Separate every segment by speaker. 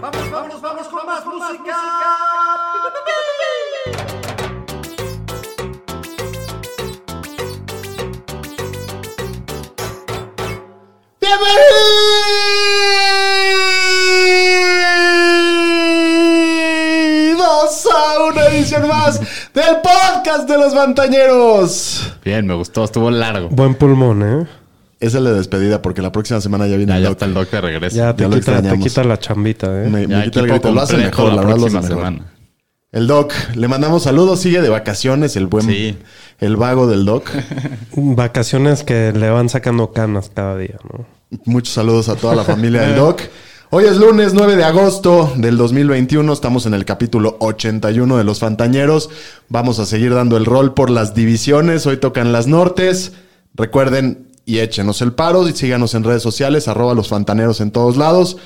Speaker 1: Vamos, vamos, vamos con más música.
Speaker 2: Bienvenidos a una edición más del podcast de los Vantañeros.
Speaker 3: Bien, me gustó, estuvo largo.
Speaker 4: Buen pulmón, ¿eh?
Speaker 2: Esa es la despedida porque la próxima semana ya viene
Speaker 3: Ya,
Speaker 2: el
Speaker 3: ya
Speaker 2: doc.
Speaker 3: está el doc de regreso.
Speaker 4: Ya te,
Speaker 2: lo
Speaker 4: quita, te
Speaker 2: extrañamos.
Speaker 4: quita la chambita, ¿eh?
Speaker 2: Me, me
Speaker 3: Ya,
Speaker 2: quita el
Speaker 3: equipo
Speaker 2: grito. Lo hacen
Speaker 3: completo
Speaker 2: mejor, la, verdad lo hacen
Speaker 3: próxima
Speaker 2: mejor.
Speaker 3: semana.
Speaker 2: El doc, le mandamos saludos, sigue de vacaciones, el buen,
Speaker 3: Sí.
Speaker 2: el vago del doc.
Speaker 4: Vacaciones que le van sacando canas cada día, ¿no?
Speaker 2: Muchos saludos a toda la familia del doc. Hoy es lunes 9 de agosto del 2021, estamos en el capítulo 81 de Los Fantañeros. Vamos a seguir dando el rol por las divisiones, hoy tocan las nortes. Recuerden y échenos el paro y síganos en redes sociales, arroba los fantaneros en todos lados.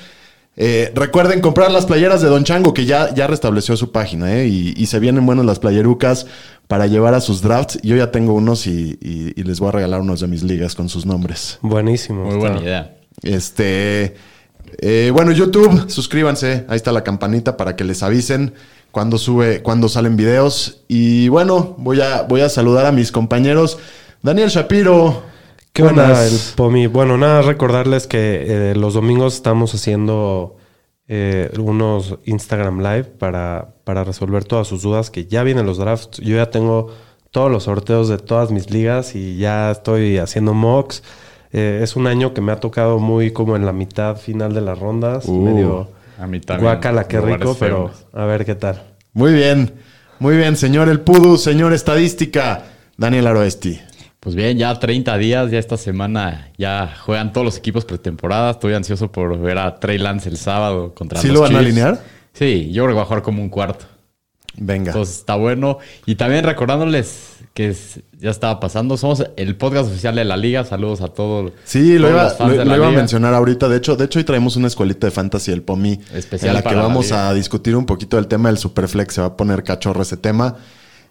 Speaker 2: Eh, recuerden comprar las playeras de Don Chango, que ya, ya restableció su página, ¿eh? y, y se vienen buenas las playerucas para llevar a sus drafts. Yo ya tengo unos y, y- y les voy a regalar unos de mis ligas con sus nombres.
Speaker 4: Buenísimo.
Speaker 3: Muy
Speaker 4: está.
Speaker 3: buena idea.
Speaker 2: Este. eh, bueno, YouTube, suscríbanse. Ahí está la campanita para que les avisen cuando sube, cuando salen videos. Y bueno, voy a, voy a saludar a mis compañeros. Daniel Shapiro.
Speaker 4: ¿Qué onda, el
Speaker 2: Buenas.
Speaker 4: Pomi? Bueno, nada, recordarles que eh, los domingos estamos haciendo eh, unos Instagram Live para, para resolver todas sus dudas, que ya vienen los drafts. Yo ya tengo todos los sorteos de todas mis ligas y ya estoy haciendo mocks. Eh, es un año que me ha tocado muy como en la mitad final de las rondas.
Speaker 2: Uh,
Speaker 4: medio
Speaker 3: a mí también,
Speaker 4: guácala, qué
Speaker 3: lugares
Speaker 4: rico, pero
Speaker 3: feos.
Speaker 4: a ver qué tal.
Speaker 2: Muy bien, muy bien, señor El Pudu, señor Estadística. Daniel Aroesti.
Speaker 3: Pues bien, ya 30 días, ya esta semana ya juegan todos los equipos pretemporada. Estoy ansioso por ver a Trey Lance el sábado contra
Speaker 2: ¿Sí
Speaker 3: los
Speaker 2: lo van a
Speaker 3: Chiefs.
Speaker 2: alinear?
Speaker 3: Sí, yo creo que va a jugar como un cuarto.
Speaker 2: Venga.
Speaker 3: Entonces está bueno. Y también recordándoles que es- ya estaba pasando, somos el podcast oficial de la liga. Saludos a todos.
Speaker 2: Sí, lo
Speaker 3: todos
Speaker 2: iba,
Speaker 3: los fans
Speaker 2: lo-
Speaker 3: de la
Speaker 2: lo iba a
Speaker 3: liga.
Speaker 2: mencionar ahorita. De hecho, de hecho, hoy traemos una escuelita de fantasy del POMI.
Speaker 3: Especial
Speaker 2: en la que
Speaker 3: para la
Speaker 2: vamos
Speaker 3: liga.
Speaker 2: a discutir un poquito del tema del Superflex. Se va a poner cachorro ese tema.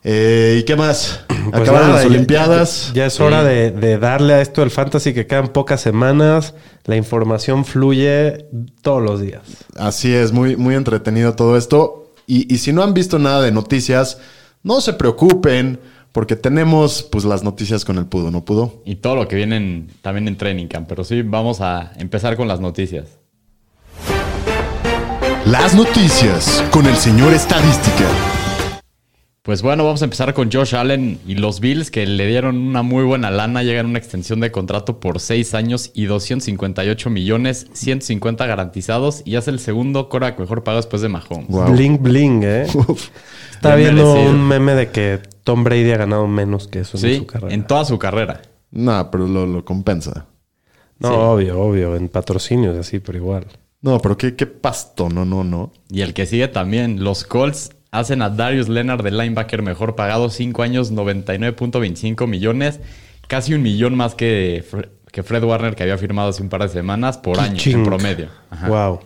Speaker 2: Eh, ¿Y qué más?
Speaker 4: Pues
Speaker 2: Acabaron
Speaker 4: nada,
Speaker 2: las
Speaker 4: ya-
Speaker 2: Olimpiadas.
Speaker 4: Ya, ya es hora de, de darle a esto el fantasy que quedan pocas semanas. La información fluye todos los días.
Speaker 2: Así es, muy, muy entretenido todo esto. Y, y si no han visto nada de noticias, no se preocupen, porque tenemos pues las noticias con el pudo, ¿no pudo?
Speaker 3: Y todo lo que vienen también en Training Camp. Pero sí, vamos a empezar con las noticias.
Speaker 2: Las noticias con el señor Estadística.
Speaker 3: Pues bueno, vamos a empezar con Josh Allen y los Bills, que le dieron una muy buena lana. Llegan a una extensión de contrato por 6 años y 258 millones, 150 garantizados. Y es el segundo Korak mejor pago después de Mahomes.
Speaker 2: Wow.
Speaker 4: Bling, bling, ¿eh? Está
Speaker 3: Bien
Speaker 4: viendo
Speaker 3: merecido.
Speaker 4: un meme de que Tom Brady ha ganado menos que eso en
Speaker 3: Sí,
Speaker 4: su carrera.
Speaker 3: en toda su carrera.
Speaker 2: No, pero lo, lo compensa.
Speaker 4: no,
Speaker 3: sí.
Speaker 4: obvio, obvio. En patrocinios así, pero igual.
Speaker 2: No, pero qué, qué pasto, no, no, no.
Speaker 3: Y el que sigue también, los Colts hacen a Darius Leonard de linebacker mejor pagado, 5 años, 99.25 millones, casi un millón más que, Fre- que Fred Warner que había firmado hace un par de semanas por año, en
Speaker 4: Ching.
Speaker 3: promedio. Ajá.
Speaker 4: Wow.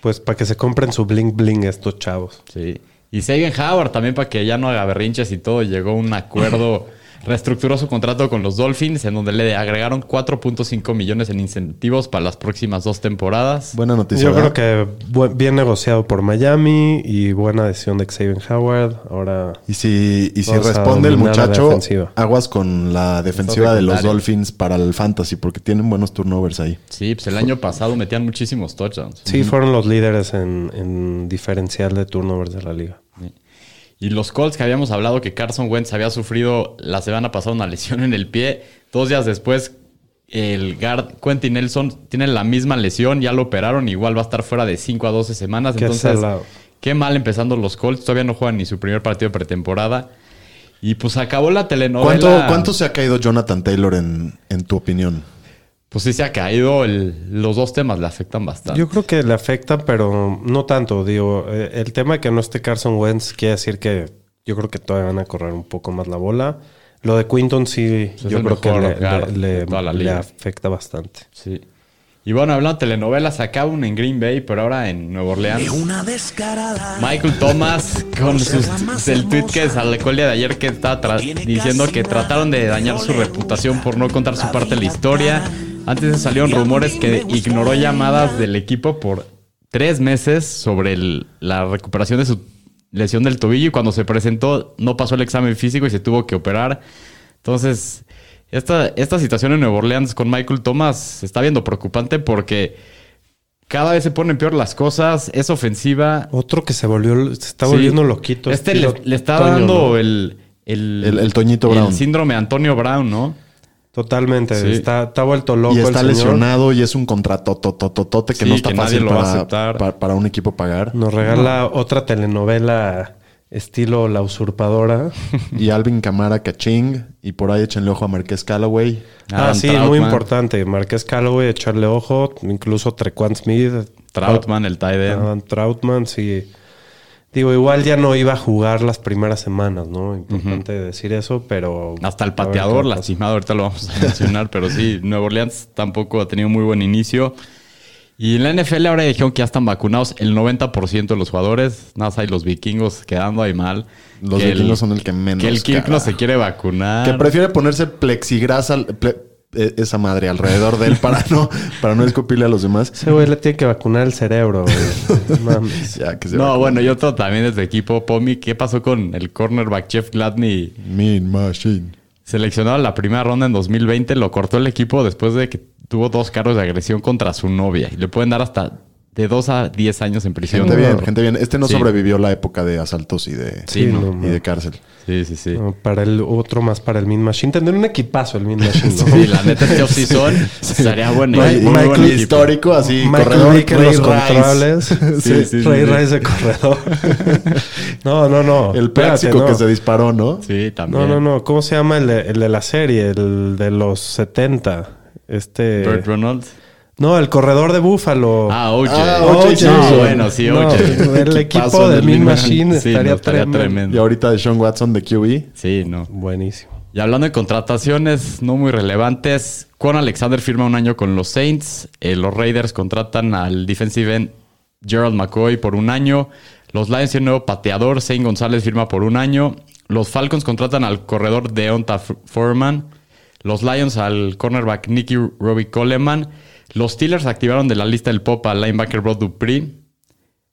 Speaker 4: Pues para que se compren su bling, bling estos chavos.
Speaker 3: Sí. Y Sagan Howard también para que ya no haga berrinches y todo. Llegó a un acuerdo, reestructuró su contrato con los Dolphins en donde le agregaron 4.5 millones en incentivos para las próximas dos temporadas.
Speaker 2: Buena noticia.
Speaker 4: Yo
Speaker 2: ¿verdad?
Speaker 4: creo que bu- bien negociado por Miami y buena decisión de Xavier Howard. Ahora
Speaker 2: Y si, y si
Speaker 4: Vamos a
Speaker 2: responde el
Speaker 4: dominar la
Speaker 2: muchacho,
Speaker 4: defensiva.
Speaker 2: aguas con la defensiva de los
Speaker 3: secundaria.
Speaker 2: Dolphins para el Fantasy, porque tienen buenos turnovers ahí.
Speaker 3: Sí, pues el año pasado metían muchísimos touchdowns.
Speaker 4: Sí, fueron los líderes en, en diferencial de turnovers de la liga.
Speaker 3: Y los Colts que habíamos hablado que Carson Wentz había sufrido la semana pasada una lesión en el pie. Dos días después, el guard Quentin Nelson tiene la misma lesión, ya lo operaron, igual va a estar fuera de 5 a 12 semanas.
Speaker 4: Qué
Speaker 3: Entonces,
Speaker 4: salado.
Speaker 3: qué mal empezando los Colts. Todavía no juegan ni su primer partido de pretemporada. Y pues acabó la telenovela.
Speaker 2: ¿Cuánto, cuánto se ha caído Jonathan Taylor en, en tu opinión?
Speaker 3: Pues sí se ha caído. el- los dos temas le afectan bastante.
Speaker 4: Yo creo que le afecta, pero no tanto. Digo, eh, el tema de que no esté Carson Wentz quiere decir que yo creo que todavía van a correr un poco más la bola. Lo de Quinton sí,
Speaker 3: Pues Es
Speaker 4: yo
Speaker 3: el
Speaker 4: creo que
Speaker 3: mejor
Speaker 4: le,
Speaker 3: guard
Speaker 4: le-
Speaker 3: de
Speaker 4: le-
Speaker 3: toda la
Speaker 4: le
Speaker 3: liga.
Speaker 4: afecta bastante.
Speaker 3: Sí. Y bueno, hablando de telenovelas, acaba una en Green Bay, pero ahora en Nueva Orleans. Michael Thomas con sus, el tweet que salió el día de ayer que estaba tra- diciendo que trataron de dañar su reputación por no contar su parte de la historia. Antes se salieron rumores que ignoró llamadas del equipo por tres meses sobre el- la recuperación de su lesión del tobillo y cuando se presentó no pasó el examen físico y se tuvo que operar. Entonces, esta, esta situación en Nueva Orleans con Michael Thomas se está viendo preocupante porque cada vez se ponen peor las cosas, es ofensiva,
Speaker 4: Otro que se volvió, se está
Speaker 3: Sí.
Speaker 4: volviendo loquito.
Speaker 3: Este
Speaker 4: estilo
Speaker 3: le, le está
Speaker 4: Toño,
Speaker 3: dando
Speaker 4: ¿no?
Speaker 3: el, el,
Speaker 2: El- el Toñito Brown.
Speaker 3: El síndrome de Antonio Brown, ¿no?
Speaker 4: Totalmente.
Speaker 3: Sí.
Speaker 4: Está, está vuelto loco.
Speaker 2: Y
Speaker 4: el
Speaker 2: está
Speaker 4: señor.
Speaker 2: lesionado y es un contrato que
Speaker 3: Sí,
Speaker 2: no está
Speaker 3: que nadie
Speaker 2: fácil
Speaker 3: lo va a
Speaker 2: para,
Speaker 3: aceptar.
Speaker 2: pa- para un equipo pagar.
Speaker 4: Nos regala otra telenovela estilo La Usurpadora.
Speaker 2: Y Alvin Camara Caching. Y por ahí échenle ojo a Marqués Callaway.
Speaker 4: Ah,
Speaker 3: Adam
Speaker 4: sí,
Speaker 3: Trautman.
Speaker 4: muy importante. Marqués Calloway, echarle ojo. Incluso Trequan Smith.
Speaker 3: Trautman, el tight end.
Speaker 4: Adam Troutman, sí. Digo, igual ya no iba a jugar las primeras semanas, ¿no? Importante decir eso, pero...
Speaker 3: Hasta el
Speaker 4: a ver
Speaker 3: pateador
Speaker 4: qué pasa.
Speaker 3: lastimado, ahorita lo vamos a mencionar, pero sí, Nueva Orleans tampoco ha tenido muy buen inicio. Y en la NFL ahora dijeron que ya están vacunados el 90% de los jugadores. Nada más hay los vikingos quedando ahí mal.
Speaker 2: Los
Speaker 3: Que el-
Speaker 2: vikingos son el que menos.
Speaker 3: Que el Kirk no
Speaker 2: carajo.
Speaker 3: se quiere vacunar.
Speaker 2: Que prefiere ponerse plexigrasa, al- ple- eh, esa madre alrededor de él para no, para no escupirle a los demás.
Speaker 4: Ese güey le tiene que vacunar el cerebro, güey. Mames.
Speaker 2: Ya que se
Speaker 3: no,
Speaker 2: va.
Speaker 3: bueno, y otro también desde equipo, Pomi. ¿Qué pasó con el cornerback Jeff Gladney
Speaker 2: Mean Machine.
Speaker 3: Seleccionado en la primera ronda en 2020, lo cortó el equipo después de que tuvo dos cargos de agresión contra su novia. Y le pueden dar hasta de 2 a 10 años en prisión.
Speaker 2: Gente bien, gente bien. Este no
Speaker 3: Sí.
Speaker 2: sobrevivió la época de asaltos y de,
Speaker 3: Sí, no.
Speaker 2: y de cárcel.
Speaker 3: Sí, sí, sí.
Speaker 4: No, Para el otro más para el Min Machine. Tendría un equipazo el Min Machine. ¿no?
Speaker 3: Sí, la neta, este off-season estaría bueno.
Speaker 2: Oye,
Speaker 3: muy
Speaker 4: Michael
Speaker 3: buen equipo.
Speaker 2: histórico, así,
Speaker 4: Michael
Speaker 2: corredor
Speaker 4: Vick
Speaker 2: que
Speaker 4: en
Speaker 2: los
Speaker 4: los
Speaker 2: controles.
Speaker 4: controles. Sí,
Speaker 3: Sí, sí,
Speaker 4: Ray
Speaker 3: sí.
Speaker 4: Rice de corredor. no, no, no.
Speaker 2: El
Speaker 4: Espérate,
Speaker 2: plástico que
Speaker 4: no.
Speaker 2: se disparó, ¿no?
Speaker 3: Sí, también.
Speaker 4: No, no, no. ¿Cómo se llama el de, el de la serie? El de los 70. Este.
Speaker 3: Burt Reynolds.
Speaker 4: No, el corredor de Búfalo.
Speaker 3: Ah, OJ.
Speaker 2: Ah,
Speaker 4: OJ.
Speaker 3: No,
Speaker 2: Simpson.
Speaker 3: bueno, sí,
Speaker 4: No,
Speaker 3: OJ.
Speaker 4: El
Speaker 2: Equipazo
Speaker 4: equipo del
Speaker 2: del
Speaker 4: Min
Speaker 2: Mean
Speaker 4: Machine
Speaker 3: Sí, no,
Speaker 4: estaría,
Speaker 3: estaría
Speaker 4: tremendo.
Speaker 3: tremendo.
Speaker 2: Y ahorita de Sean Watson de QB.
Speaker 3: Sí, no.
Speaker 4: Buenísimo.
Speaker 3: Y hablando de contrataciones no muy relevantes, Con Alexander firma un año con los Saints. eh, los Raiders contratan al defensive end Gerald McCoy por un año. Los Lions tienen nuevo pateador. Zane González firma por un año. Los Falcons contratan al corredor Deonta F- Foreman. Los Lions al cornerback Nicky Robbie Coleman. Los Steelers activaron de la lista del pop al linebacker Rod Dupree.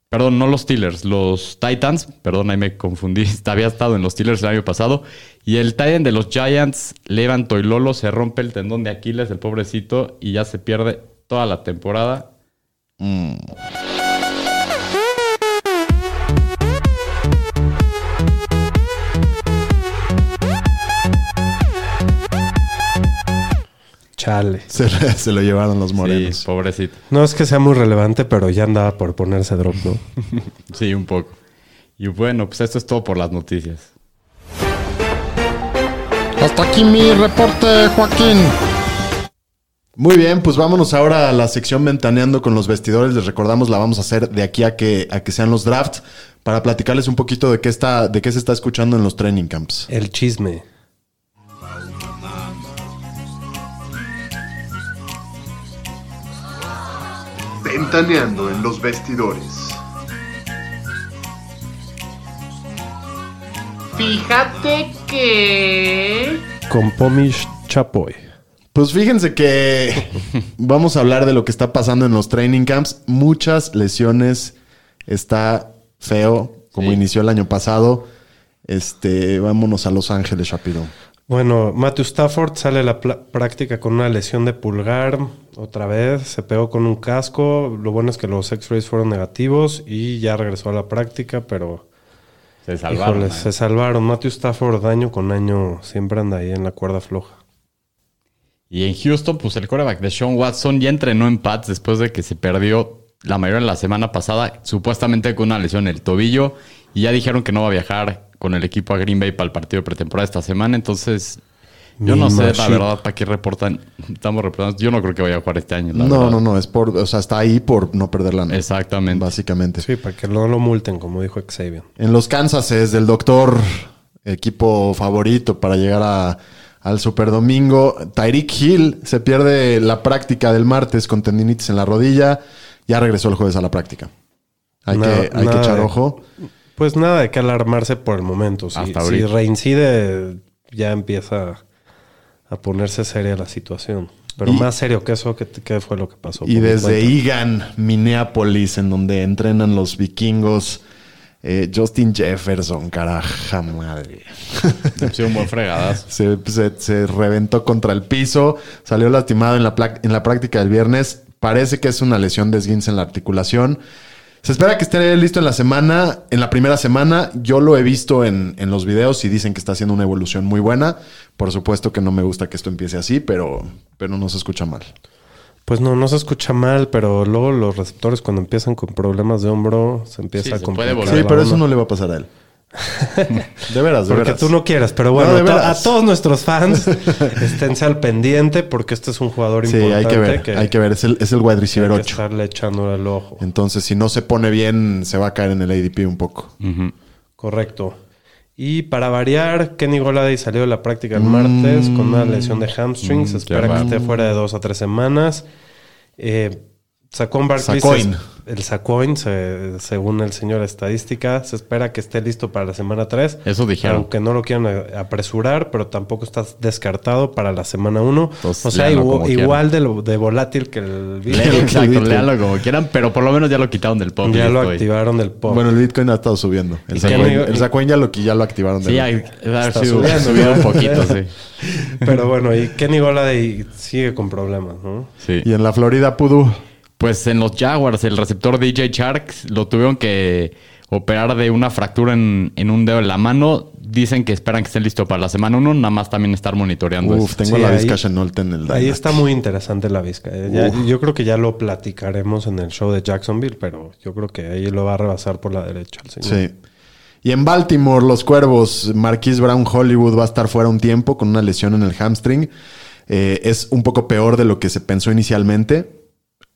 Speaker 3: Perdón, no los Steelers, los Titans. Perdón, ahí me confundí. Había estado en los Steelers el año pasado. Y el Titan de los Giants, Levan Toilolo, se rompe el tendón de Aquiles, el pobrecito, y ya se pierde toda la temporada.
Speaker 4: Chale.
Speaker 2: Se, le- se lo llevaron los morenos.
Speaker 3: Sí, pobrecito.
Speaker 4: No es que sea muy relevante, pero ya andaba por ponerse drop, ¿no?
Speaker 3: Sí, un poco. Y bueno, pues esto es todo por las noticias.
Speaker 2: Hasta aquí mi reporte, Joaquín. Muy bien, pues vámonos ahora a la sección ventaneando con los vestidores. Les recordamos, la vamos a hacer de aquí a que, a que sean los drafts para platicarles un poquito de qué, está, de qué se está escuchando en los training camps.
Speaker 4: El chisme.
Speaker 5: Ventaneando en los vestidores.
Speaker 6: Fíjate que...
Speaker 4: Con Pomish Chapoy.
Speaker 2: Pues fíjense que vamos a hablar de lo que está pasando en los training camps. Muchas lesiones. Está feo, como
Speaker 3: Sí.
Speaker 2: inició el año pasado. Este, vámonos a Los Ángeles, Shapiro.
Speaker 4: Bueno, Matthew Stafford sale a la pla- práctica con una lesión de pulgar. Otra vez se pegó con un casco. Lo bueno es que los X-rays fueron negativos y ya regresó a la práctica, pero
Speaker 3: Se salvaron.
Speaker 4: híjole,
Speaker 3: ¿eh?
Speaker 4: se salvaron. Matthew Stafford año con año siempre anda ahí en la cuerda floja.
Speaker 3: Y en Houston, pues el quarterback de Sean Watson ya entrenó en Pats después de que se perdió la mayoría de la semana pasada, supuestamente con una lesión en el tobillo. Y ya dijeron que no va a viajar con el equipo a Green Bay para el partido de pretemporada esta semana. Entonces, yo
Speaker 4: Mi
Speaker 3: no sé la
Speaker 4: machito.
Speaker 3: verdad para qué reportan. Estamos reportando. Yo no creo que vaya a jugar este año. La
Speaker 2: no,
Speaker 3: verdad.
Speaker 2: no, no, es por, o sea, está ahí por no perder la noche.
Speaker 3: Exactamente.
Speaker 2: Básicamente.
Speaker 4: Sí, para que no lo multen, como dijo Xavier.
Speaker 2: En los Kansas es del doctor equipo favorito para llegar a- al Super Domingo. Tyreek Hill se pierde la práctica del martes con tendinitis en la rodilla. Ya regresó el jueves a la práctica. Hay,
Speaker 4: Nada-
Speaker 2: que, hay que
Speaker 4: nada
Speaker 2: echar
Speaker 4: de-
Speaker 2: ojo.
Speaker 4: Pues nada de que alarmarse por el momento. Si,
Speaker 3: Hasta
Speaker 4: si
Speaker 3: ahorita.
Speaker 4: reincide, ya empieza a ponerse seria la situación. Pero
Speaker 2: Y-
Speaker 4: más serio que eso, ¿qué, qué fue lo que pasó?
Speaker 2: Y
Speaker 4: Por mi
Speaker 2: desde
Speaker 4: cuenta.
Speaker 2: Eagan, Minneapolis, en donde entrenan los vikingos, eh, Justin Jefferson, caraja madre.
Speaker 3: Le pusieron un buen fregadazo.
Speaker 2: Se, se- se reventó contra el piso, salió lastimado en la, plac- en la práctica del viernes. Parece que es una lesión de esguince en la articulación. Se espera que esté listo en la semana, en la primera semana. Yo lo he visto en, en los videos y dicen que está haciendo una evolución muy buena. Por supuesto que no me gusta que esto empiece así, pero, pero no se escucha mal.
Speaker 4: Pues no, no se escucha mal, pero luego los receptores cuando empiezan con problemas de hombro se empieza
Speaker 3: Sí,
Speaker 4: a
Speaker 3: se
Speaker 4: complicar.
Speaker 3: puede
Speaker 2: Sí,
Speaker 3: volver.
Speaker 4: la
Speaker 2: pero eso
Speaker 4: onda.
Speaker 2: no le va a pasar a él. De veras, de
Speaker 4: Porque
Speaker 2: veras.
Speaker 4: tú no quieres, pero bueno,
Speaker 2: No, de
Speaker 4: to-
Speaker 2: veras.
Speaker 4: a todos nuestros fans esténse al pendiente porque este es un jugador
Speaker 2: Sí,
Speaker 4: importante
Speaker 2: hay que ver, hay que ver. Es el, es el wide receiver
Speaker 4: hay que
Speaker 2: 8.
Speaker 4: estarle echando el ojo.
Speaker 2: Entonces, si no se pone bien, se va a caer en el ADP un poco.
Speaker 4: Correcto. Y para variar, Kenny Goladay salió de la práctica el martes con una
Speaker 3: Mm.
Speaker 4: lesión de hamstring. Se espera
Speaker 3: qué
Speaker 4: que
Speaker 3: mal.
Speaker 4: esté fuera de dos a tres semanas. Eh, Saquon Barkley...
Speaker 2: Sacoin.
Speaker 4: se- El Sacoin, se- según el señor estadística, se espera que esté listo para la semana 3.
Speaker 3: Eso dijeron.
Speaker 4: Aunque no lo quieran a- apresurar, pero tampoco está descartado para la semana 1. O
Speaker 3: Entonces,
Speaker 4: sea,
Speaker 3: léanlo
Speaker 4: igu-
Speaker 3: como quieran.
Speaker 4: igual de, lo- de volátil que el
Speaker 3: Léanlo,
Speaker 4: Bitcoin.
Speaker 3: exacto, léanlo como quieran, pero por lo menos ya lo quitaron del pop.
Speaker 4: Ya lo
Speaker 3: listo, y-
Speaker 4: activaron del pop.
Speaker 2: Bueno, el Bitcoin ha estado subiendo. El
Speaker 4: Y
Speaker 2: Sacoin,
Speaker 4: Kenny-
Speaker 2: el Sacoin ya lo, ya lo activaron. de
Speaker 3: Sí,
Speaker 2: nuevo.
Speaker 3: ha- ha
Speaker 4: Está
Speaker 3: sido-
Speaker 4: subiendo,
Speaker 3: subido un
Speaker 4: ¿verdad?
Speaker 3: poquito, sí.
Speaker 4: Pero bueno, y Kenny Goladay sigue con problemas, ¿no?
Speaker 3: sí.
Speaker 2: Y en la Florida, Pudú.
Speaker 3: Pues en los Jaguars, el receptor DJ Sharks lo tuvieron que operar de una fractura en, en un dedo de la mano. Dicen que esperan que esté listo para la semana 1, nada más también estar monitoreando
Speaker 2: Uf,
Speaker 3: eso.
Speaker 2: tengo
Speaker 4: Sí,
Speaker 2: la
Speaker 4: ahí-
Speaker 2: Vizca Chenault en el
Speaker 4: Ahí
Speaker 2: Dynasty.
Speaker 4: está muy interesante la visca. eh. Ya-
Speaker 2: Uf.
Speaker 4: yo creo que ya lo platicaremos en el show de Jacksonville, pero yo creo que ahí lo va a rebasar por la derecha el señor.
Speaker 2: Sí. Y en Baltimore, los cuervos, Marquis Brown Hollywood va a estar fuera un tiempo con una lesión en el hamstring. Eh, es un poco peor de lo que se pensó inicialmente.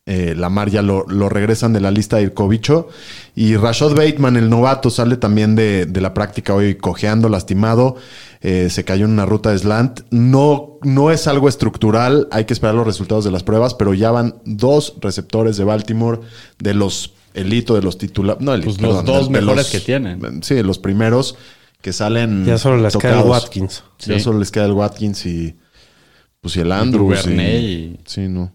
Speaker 2: Eh, Lamar ya lo, lo regresan de la lista de Irkovicho. Y Rashad Bateman, el novato, sale también de, de la práctica hoy cojeando, lastimado. Eh, se cayó en una ruta de slant. No, no es algo estructural. Hay que esperar los resultados de las pruebas, pero ya van dos receptores de Baltimore de los elito, de los titulares. No, elite,
Speaker 3: Pues los
Speaker 2: perdón,
Speaker 3: dos
Speaker 2: de- de
Speaker 3: mejores
Speaker 2: los-
Speaker 3: que tienen.
Speaker 2: Sí, los primeros que salen.
Speaker 4: Ya solo les queda el
Speaker 2: mm, tocados.
Speaker 4: Watkins.
Speaker 2: Sí, Ya
Speaker 3: Sí.
Speaker 2: solo les queda el Watkins y. Pues y el Andrews.
Speaker 3: Duvernay y-
Speaker 2: Sí, no.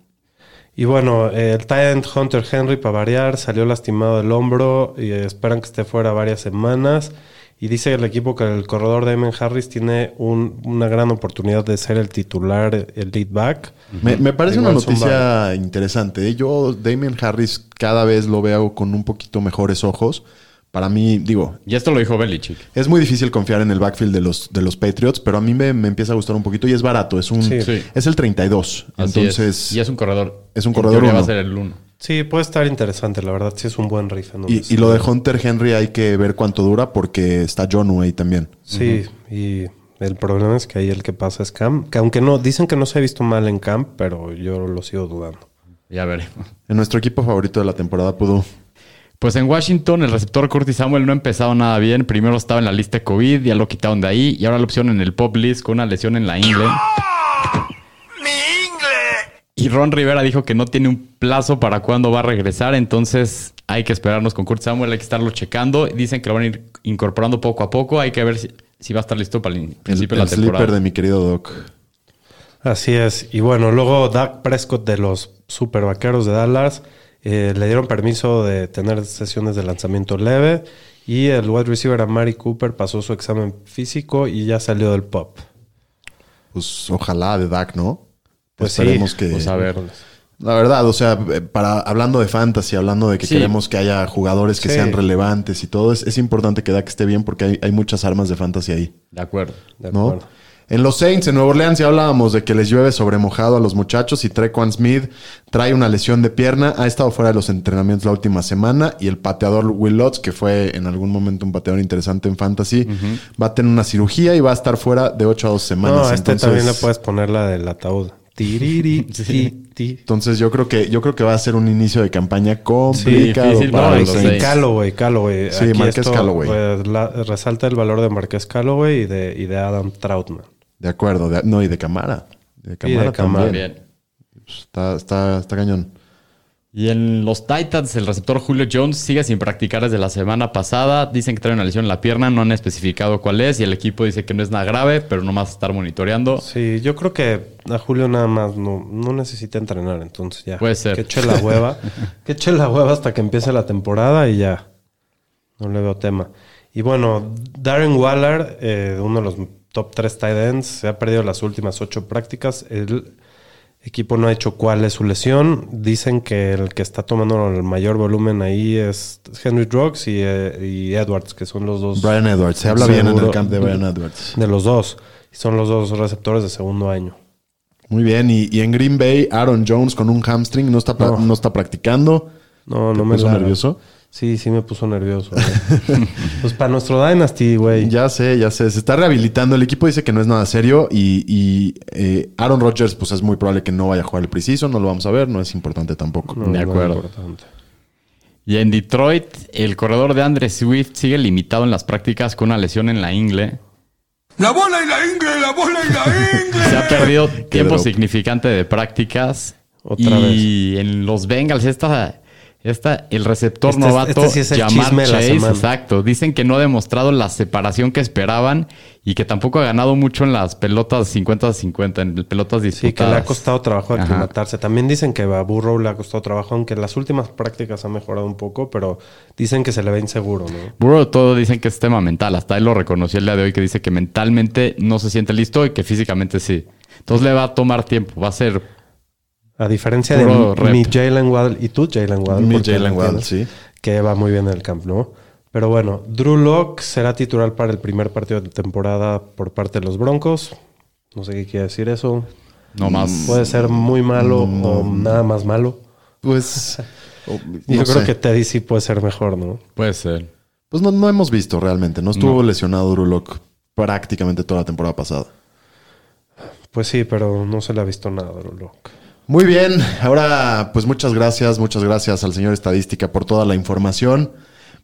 Speaker 4: Y bueno, eh, el Tyrant Hunter Henry, para variar, salió lastimado del hombro y eh, esperan que esté fuera varias semanas. Y dice el equipo que el corredor de Emin Harris tiene un- una gran oportunidad de ser el titular, el lead back.
Speaker 2: Me, me parece
Speaker 4: Igual
Speaker 2: una
Speaker 4: son
Speaker 2: noticia interesante. ¿eh? Yo, Damien Harris, cada vez lo veo con un poquito mejores ojos. Para mí, digo,
Speaker 3: Y esto lo dijo Belichick.
Speaker 2: es muy difícil confiar en el backfield de los, de los Patriots, pero a mí me, me empieza a gustar un poquito y es barato. Es un
Speaker 4: Sí.
Speaker 3: Sí.
Speaker 2: es el 32.
Speaker 3: Así
Speaker 2: Entonces,
Speaker 3: es. Y es un corredor.
Speaker 2: es un
Speaker 3: En
Speaker 2: corredor
Speaker 3: teoría va a
Speaker 2: uno.
Speaker 3: ser el 1.
Speaker 4: Sí, puede estar interesante, la verdad. Sí, es un buen riff. ¿no?
Speaker 2: y, y lo de Hunter Henry hay que ver cuánto dura porque está John Way también.
Speaker 4: Sí, y el problema es que ahí el que pasa es Cam. Que aunque no, dicen que no se ha visto mal en Cam, pero yo lo sigo dudando.
Speaker 3: Ya veremos.
Speaker 2: En nuestro equipo favorito de la temporada pudo.
Speaker 3: Pues en Washington el receptor Curtis Samuel no ha empezado nada bien. Primero estaba en la lista de COVID, ya lo quitaron de ahí y ahora la opción en el pop list con una lesión en la ingle. Y Ron Rivera dijo que no tiene un plazo para cuándo va a regresar, entonces hay que esperarnos con Curtis Samuel, hay que estarlo checando. Dicen que lo van a ir incorporando poco a poco, hay que ver si, si va a estar listo para el in-
Speaker 2: El,
Speaker 3: principio de
Speaker 2: el
Speaker 3: la temporada.
Speaker 2: sleeper de mi querido Doc.
Speaker 4: Así es. Y bueno, luego Doug Prescott de los Super Vaqueros de Dallas eh, le dieron permiso de tener sesiones de lanzamiento leve. Y el wide receiver Amari Cooper pasó su examen físico y ya salió del pop.
Speaker 2: Pues ojalá de Dak, ¿no?
Speaker 4: Pues sí,
Speaker 2: Esperemos que.
Speaker 3: pues a ver.
Speaker 2: La verdad, o sea, eh, para, hablando de fantasy, hablando de que
Speaker 3: Sí.
Speaker 2: queremos que haya jugadores que
Speaker 4: Sí.
Speaker 2: sean relevantes y todo, es, es importante que Dak esté bien porque hay, hay muchas armas de fantasy ahí,
Speaker 3: De acuerdo.
Speaker 4: De
Speaker 2: ¿no?
Speaker 4: acuerdo.
Speaker 2: En los Saints, en Nueva Orleans, ya hablábamos de que les llueve sobre mojado a los muchachos y Trequan Smith trae una lesión de pierna, ha estado fuera de los entrenamientos la última semana y el pateador Will Lutz, que fue en algún momento un pateador interesante en fantasy, va a tener una cirugía y va a estar fuera de 8 a 2 semanas.
Speaker 4: No, este
Speaker 2: Entonces,
Speaker 4: también le puedes poner la del ataúd. Tiriri, ti, City.
Speaker 2: Entonces yo creo que yo creo que va a ser un inicio de campaña complicado
Speaker 3: difícil,
Speaker 2: para
Speaker 3: no,
Speaker 2: los
Speaker 3: y
Speaker 4: Sí,
Speaker 2: Saints.
Speaker 3: Cal-
Speaker 4: Calloway, Calloway.
Speaker 2: Sí,
Speaker 4: Aquí
Speaker 2: Marqués
Speaker 4: esto
Speaker 2: Calloway.
Speaker 4: rela- resalta el valor de Marqués Calloway y de, y de Adam Troutman.
Speaker 2: De acuerdo, de- no, y de Camara. De Camara
Speaker 4: Camara.
Speaker 2: también.
Speaker 3: Bien.
Speaker 2: Está, está, está cañón.
Speaker 3: Y en los Titans, el receptor Julio Jones sigue sin practicar desde la semana pasada. Dicen que trae una lesión en la pierna, no han especificado cuál es. Y el equipo dice que no es nada grave, pero nomás estar monitoreando.
Speaker 4: Sí, yo creo que a Julio nada más no, no necesita entrenar, entonces ya.
Speaker 3: Puede ser.
Speaker 4: Que eche la hueva. que eche la hueva hasta que empiece la temporada y ya. No le veo tema. Y bueno, Darren Waller, eh, uno de los top 3 tight ends, se ha perdido las últimas 8 prácticas. El equipo no ha hecho cuál es su lesión. Dicen que el que está tomando el mayor volumen ahí es Henry Drugs y, eh, y Edwards, que son los dos.
Speaker 2: Brian Edwards. Se habla bien en el
Speaker 4: Seguro.
Speaker 2: camp de Brian Edwards.
Speaker 4: De los dos. Son los dos receptores de segundo año.
Speaker 2: Muy bien. Y, y en Green Bay, Aaron Jones con un hamstring no está, pra-
Speaker 4: No.
Speaker 2: no está practicando.
Speaker 4: No,
Speaker 2: ¿Te
Speaker 4: no me
Speaker 2: puso
Speaker 4: da.
Speaker 2: nervioso?
Speaker 4: Sí, sí me puso nervioso. güey. pues para nuestro Dynasty, güey.
Speaker 2: Ya sé, ya sé. Se está rehabilitando. El equipo dice que no es nada serio. Y, y, eh, Aaron Rodgers, pues es muy probable que no vaya a jugar el preciso. No lo vamos a ver. No es importante tampoco.
Speaker 4: No,
Speaker 3: De
Speaker 4: no es
Speaker 3: acuerdo. Pues
Speaker 4: importante.
Speaker 3: Y en Detroit, el corredor de Andre Swift sigue limitado en las prácticas con una lesión en la ingle.
Speaker 1: La bola y la ingle, la bola y la ingle.
Speaker 3: Se ha perdido tiempo
Speaker 2: drop.
Speaker 3: significante de prácticas.
Speaker 4: Otra
Speaker 3: y en los Bengals, esta, esta, el receptor
Speaker 4: Este es-
Speaker 3: novato
Speaker 4: este sí es el
Speaker 3: Jamar
Speaker 4: chisme de la
Speaker 3: Chase,
Speaker 4: semana.
Speaker 3: exacto. Dicen que no ha demostrado la separación que esperaban y que tampoco ha ganado mucho en las pelotas 50-50, en pelotas disputadas.
Speaker 4: Sí, que le ha costado trabajo
Speaker 3: Ajá.
Speaker 4: aclimatarse. También dicen que a Burrow le ha costado trabajo, aunque en las últimas prácticas ha mejorado un poco, pero dicen que se le ve inseguro, ¿no?
Speaker 3: Burrow todo dicen que es tema mental. Hasta él lo reconoció el día de hoy que dice que mentalmente no se siente listo y que físicamente sí. Entonces le va a tomar tiempo. Va a ser
Speaker 4: A diferencia
Speaker 3: Puro
Speaker 4: de mi- mi
Speaker 3: reto.
Speaker 4: Jalen Waddle y tú, Jalen Waddle.
Speaker 2: Mi
Speaker 4: porque
Speaker 2: Jalen
Speaker 4: lo
Speaker 2: Waddle,
Speaker 4: tienes,
Speaker 2: sí.
Speaker 4: Que va muy bien en el camp, ¿no? Pero bueno, Drew Locke será titular para el primer partido de temporada por parte de los Broncos. No sé qué quiere decir eso.
Speaker 3: nomás.
Speaker 4: Mm, Puede ser muy malo o nada más malo.
Speaker 2: Pues. o-
Speaker 4: Yo
Speaker 2: Mm, no
Speaker 4: creo
Speaker 2: sé.
Speaker 4: que Teddy sí puede ser mejor, ¿no?
Speaker 3: Puede ser.
Speaker 2: Pues no, no hemos visto realmente. No estuvo lesionado Durulok prácticamente toda la temporada pasada.
Speaker 4: Pues sí, pero no se le ha visto nada, Drew Locke.
Speaker 2: Muy bien. Ahora, pues muchas gracias, muchas gracias al señor Estadística por toda la información.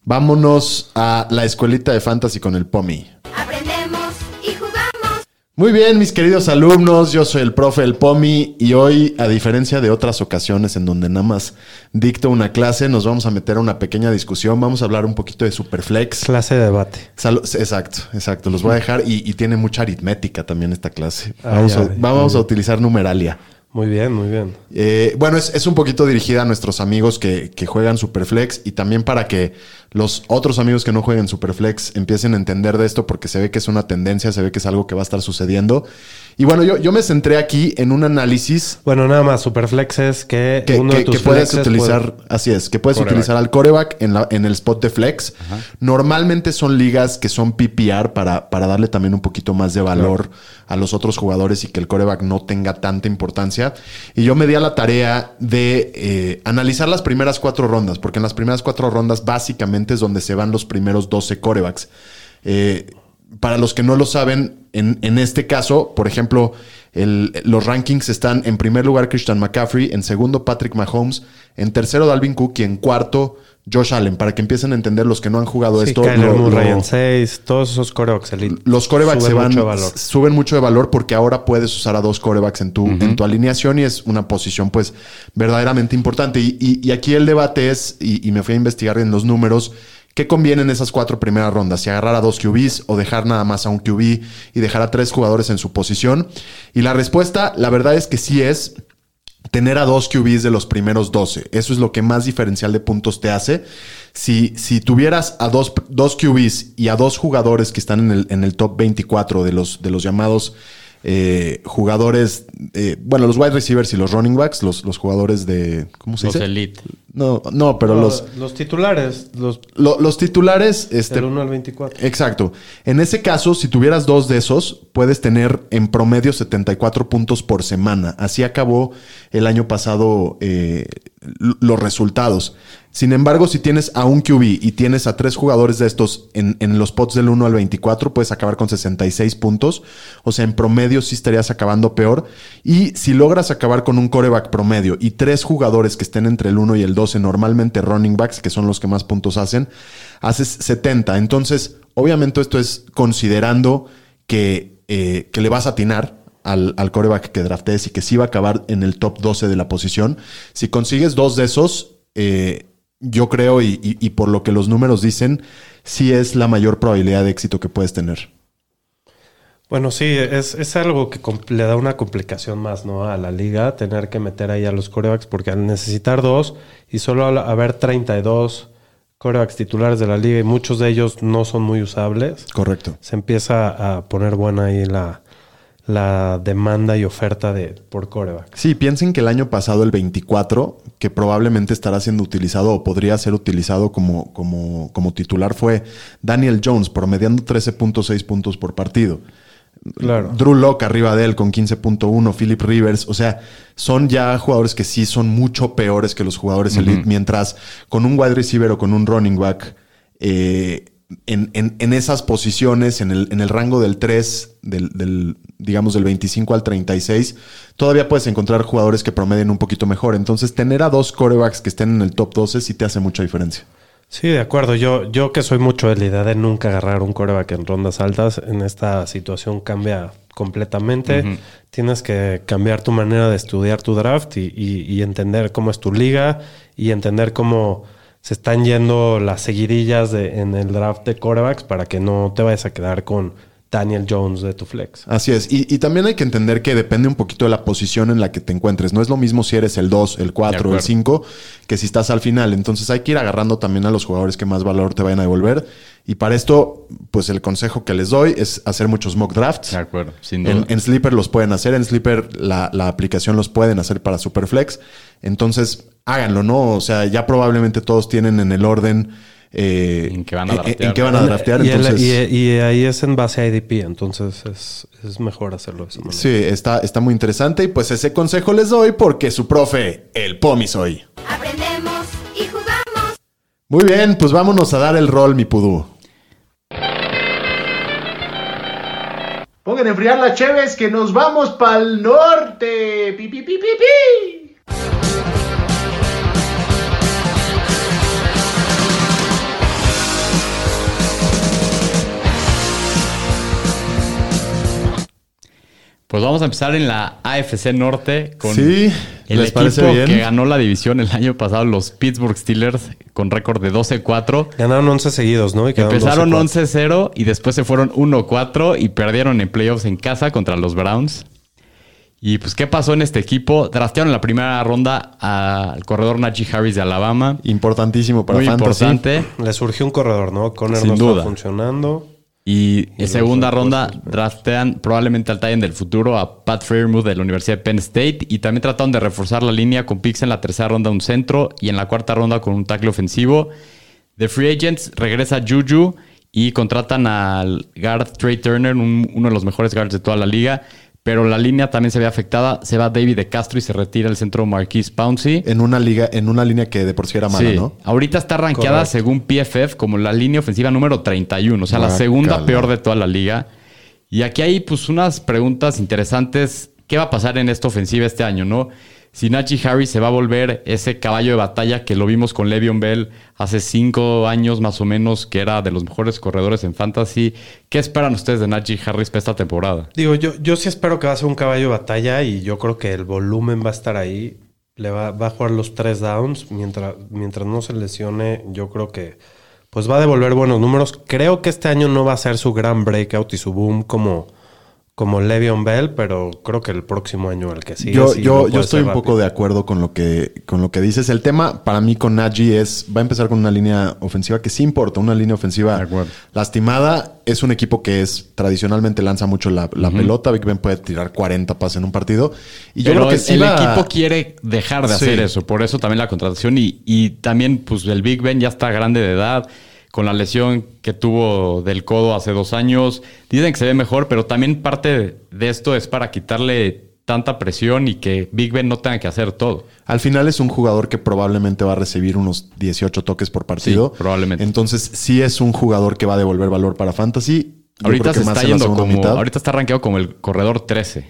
Speaker 2: Vámonos a la escuelita de fantasy con el POMI.
Speaker 7: Aprendemos y jugamos.
Speaker 2: Muy bien, mis queridos alumnos, yo soy el profe El Pomi y hoy, a diferencia de otras ocasiones en donde nada más dicto una clase, nos vamos a meter a una pequeña discusión, vamos a hablar un poquito de Superflex.
Speaker 4: Clase de debate.
Speaker 2: Salo- Exacto, exacto, los voy a dejar y, y tiene mucha aritmética también esta clase.
Speaker 4: Ah,
Speaker 2: Vamos,
Speaker 4: ya,
Speaker 2: a,
Speaker 4: ya.
Speaker 2: vamos a utilizar numeralia.
Speaker 4: Muy bien, muy bien.
Speaker 2: Eh, bueno, es, es un poquito dirigida a nuestros amigos que, que juegan Superflex y también para que los otros amigos que no jueguen Superflex empiecen a entender de esto porque se ve que es una tendencia, se ve que es algo que va a estar sucediendo. Y bueno, yo, yo me centré aquí en un análisis
Speaker 4: Bueno, nada más, Superflex es que,
Speaker 2: que,
Speaker 4: uno
Speaker 2: que-
Speaker 4: de tus
Speaker 2: que puedes
Speaker 4: flexes
Speaker 2: utilizar, así es, que puedes
Speaker 3: Quarterback.
Speaker 2: utilizar al coreback en, la- en el spot de flex. Normalmente son ligas que son PPR para, para darle también un poquito más de valor a los otros jugadores y que el coreback no tenga tanta importancia. Y yo me di a la tarea de eh, analizar las primeras cuatro rondas, porque en las primeras cuatro rondas básicamente es donde se van los primeros 12 corebacks. Eh, para los que no lo saben, en, en este caso, por ejemplo, el- los rankings están en primer lugar Christian McCaffrey, en segundo Patrick Mahomes, en tercero Dalvin Cook y en cuarto Josh Allen. Para que empiecen a entender los que no han jugado
Speaker 4: Sí,
Speaker 2: esto.
Speaker 4: Kyler
Speaker 2: lo- lo-
Speaker 4: Murray en 6, todos esos corebacks elite.
Speaker 2: los corebacks
Speaker 4: Suben
Speaker 2: se van,
Speaker 4: mucho valor.
Speaker 2: s- suben mucho de valor porque ahora puedes usar a dos corebacks en tu, en tu alineación y es una posición pues verdaderamente importante. Y, y- y aquí el debate es, y, y me fui a investigar en los números, ¿qué conviene en esas cuatro primeras rondas? Si agarrar a dos QBs o dejar nada más a un QB y dejar a tres jugadores en su posición. Y la respuesta, la verdad es que sí es tener a dos QBs de los primeros 12. Eso es lo que más diferencial de puntos te hace. Si, si tuvieras a dos, dos QBs y a dos jugadores que están en el, en el top 24 de los, de los llamados eh, jugadores, eh, bueno, los wide receivers y los running backs, los, los jugadores de... ¿Cómo se
Speaker 3: Los
Speaker 2: dice?
Speaker 3: elite.
Speaker 2: No, no, pero
Speaker 4: No,
Speaker 2: los,
Speaker 4: los titulares, los
Speaker 2: lo- los titulares... Este,
Speaker 4: del 1 al 24.
Speaker 2: Exacto. En ese caso, si tuvieras dos de esos, puedes tener en promedio 74 puntos por semana. Así acabó el año pasado eh, l- los resultados. Sin embargo, si tienes a un QB y tienes a tres jugadores de estos en, en los pots del 1 al 24, puedes acabar con 66 puntos. O sea, en promedio sí estarías acabando peor. Y si logras acabar con un coreback promedio y tres jugadores que estén entre el 1 y el 12, normalmente running backs, que son los que más puntos hacen, haces 70. Entonces, obviamente esto es considerando que, eh, que le vas a atinar al, al coreback que draftees y que sí va a acabar en el top 12 de la posición. Si consigues dos de esos, eh, yo creo, y, y- y por lo que los números dicen, sí es la mayor probabilidad de éxito que puedes tener.
Speaker 4: Bueno, sí, es, es algo que com- le da una complicación más ¿no? a la liga, tener que meter ahí a los corebacks, porque al necesitar dos y solo al haber 32 corebacks titulares de la liga y muchos de ellos no son muy usables,
Speaker 2: Correcto.
Speaker 4: se empieza a poner buena ahí la, la demanda y oferta de, por corebacks.
Speaker 2: Sí, piensen que el año pasado, el 24, que probablemente estará siendo utilizado o podría ser utilizado como, como, como titular, fue Daniel Jones, promediando 13.6 puntos por partido.
Speaker 4: Claro.
Speaker 2: Drew Locke arriba de él con 15.1, Philip Rivers, o sea, son ya jugadores que sí son mucho peores que los jugadores elite, mientras con un wide receiver o con un running back, eh, en, en- en esas posiciones, en el, en el rango del 3, del, del, digamos del 25 al 36, todavía puedes encontrar jugadores que promeden un poquito mejor. Entonces, tener a dos corebacks que estén en el top 12 sí te hace mucha diferencia.
Speaker 4: Sí, de acuerdo. Yo, yo que soy mucho de la idea de nunca agarrar un coreback en rondas altas, en esta situación cambia completamente. Tienes que cambiar tu manera de estudiar tu draft y, y- y entender cómo es tu liga y entender cómo se están yendo las seguidillas de- en el draft de corebacks para que no te vayas a quedar con Daniel Jones de tu flex.
Speaker 2: Así es. Y, y también hay que entender que depende un poquito de la posición en la que te encuentres. No es lo mismo si eres el 2, el 4 o el
Speaker 3: acuerdo.
Speaker 2: 5 que si estás al final. Entonces hay que ir agarrando también a los jugadores que más valor te vayan a devolver. Y para esto, pues el consejo que les doy es hacer muchos mock drafts.
Speaker 3: De acuerdo, sin duda.
Speaker 2: En, en Sleeper los pueden hacer, en Sleeper la, la aplicación los pueden hacer para Superflex. Entonces, háganlo, ¿no? O sea, ya probablemente todos tienen en el orden eh,
Speaker 3: En que van a draftear.
Speaker 2: en que van a draftear,
Speaker 4: Y, el-
Speaker 2: entonces-
Speaker 4: y- y ahí es en base a IDP, entonces es, es mejor hacerlo de esa manera.
Speaker 2: Sí, está, está muy interesante y pues ese consejo les doy porque su profe, el Pomi soy.
Speaker 7: Aprendemos y jugamos.
Speaker 2: Muy bien, pues vámonos a dar el rol, mi pudú.
Speaker 5: Pongan a enfriar las cheves que nos vamos para el norte. Pi, pi, pi, pi, pi.
Speaker 3: Pues vamos a empezar en la AFC Norte con
Speaker 2: Sí,
Speaker 3: el
Speaker 2: ¿les
Speaker 3: equipo
Speaker 2: parece bien?
Speaker 3: que ganó la división el año pasado, los Pittsburgh Steelers, con récord de 12-4.
Speaker 4: Ganaron 11 seguidos, ¿no? Y quedaron
Speaker 3: Empezaron
Speaker 4: 12-4.
Speaker 3: 11-0 y después se fueron 1-4 y perdieron en playoffs en casa contra los Browns. Y pues, ¿qué pasó en este equipo? Draftearon en la primera ronda al corredor Najee Harris de Alabama.
Speaker 2: Importantísimo para
Speaker 3: Muy
Speaker 2: fantasy.
Speaker 3: importante.
Speaker 4: Le surgió un corredor, ¿no? Conner
Speaker 3: Sin
Speaker 4: no
Speaker 3: duda.
Speaker 4: está funcionando.
Speaker 3: Y en
Speaker 4: los
Speaker 3: segunda
Speaker 4: otros,
Speaker 3: ronda
Speaker 4: pues.
Speaker 3: draftean probablemente al Titan del futuro a Pat Fairmouth de la Universidad de Penn State y también trataron de reforzar la línea con picks en la tercera ronda un centro y en la cuarta ronda con un tackle ofensivo. De Free Agents regresa Juju y contratan al guard Trey Turner, un- uno de los mejores guards de toda la liga, pero la línea también se ve afectada. Se va David de Castro y se retira el centro Marquise Pouncey.
Speaker 2: En una liga, en una línea que de por sí era mala,
Speaker 3: Sí.
Speaker 2: ¿no?
Speaker 3: Ahorita está rankeada
Speaker 4: Correcto.
Speaker 3: según PFF como la línea ofensiva número 31, o sea, la
Speaker 2: Guácala.
Speaker 3: segunda peor de toda la liga. Y aquí hay pues unas preguntas interesantes. ¿Qué va a pasar en esta ofensiva este año, no? Si Nachi Harris se va a volver ese caballo de batalla que lo vimos con Le'Veon Bell hace cinco años más o menos, que era de los mejores corredores en fantasy. ¿Qué esperan ustedes de Nachi Harris para esta temporada?
Speaker 4: Digo, yo, yo sí espero que va a ser un caballo de batalla y yo creo que el volumen va a estar ahí. Le va, va a jugar los tres downs. Mientras, mientras no se lesione, yo creo que pues va a devolver buenos números. Creo que este año no va a ser su gran breakout y su boom como, como Le'Veon Bell, pero creo que el próximo año el que sigue.
Speaker 2: yo
Speaker 4: sí lo
Speaker 2: yo,
Speaker 4: puede
Speaker 2: yo estoy
Speaker 4: ser
Speaker 2: un poco
Speaker 4: rápido.
Speaker 2: de acuerdo con lo que con lo que dices. El tema para mí con Najee es va a empezar con una línea ofensiva que sí importa, una línea ofensiva
Speaker 3: De acuerdo.
Speaker 2: lastimada. Es un equipo que es tradicionalmente lanza mucho la, la pelota. Big Ben puede tirar 40 pases en un partido. Y yo
Speaker 3: Pero
Speaker 2: creo que
Speaker 3: el-
Speaker 2: sí
Speaker 3: el
Speaker 2: va-
Speaker 3: equipo quiere dejar de
Speaker 2: Sí.
Speaker 3: hacer eso, por eso también la contratación y, y también pues el Big Ben ya está grande de edad, con la lesión que tuvo del codo hace dos años, dicen que se ve mejor, pero también parte de esto es para quitarle tanta presión y que Big Ben no tenga que hacer todo.
Speaker 2: Al final es un jugador que probablemente va a recibir unos 18 toques por partido.
Speaker 3: Sí, probablemente.
Speaker 2: Entonces, sí es un jugador que va a devolver valor para Fantasy. Yo creo
Speaker 3: Ahorita
Speaker 2: que
Speaker 3: se
Speaker 2: más
Speaker 3: está
Speaker 2: en la
Speaker 3: yendo
Speaker 2: segunda
Speaker 3: como.
Speaker 2: mitad.
Speaker 3: Ahorita está rankeado como el corredor 13.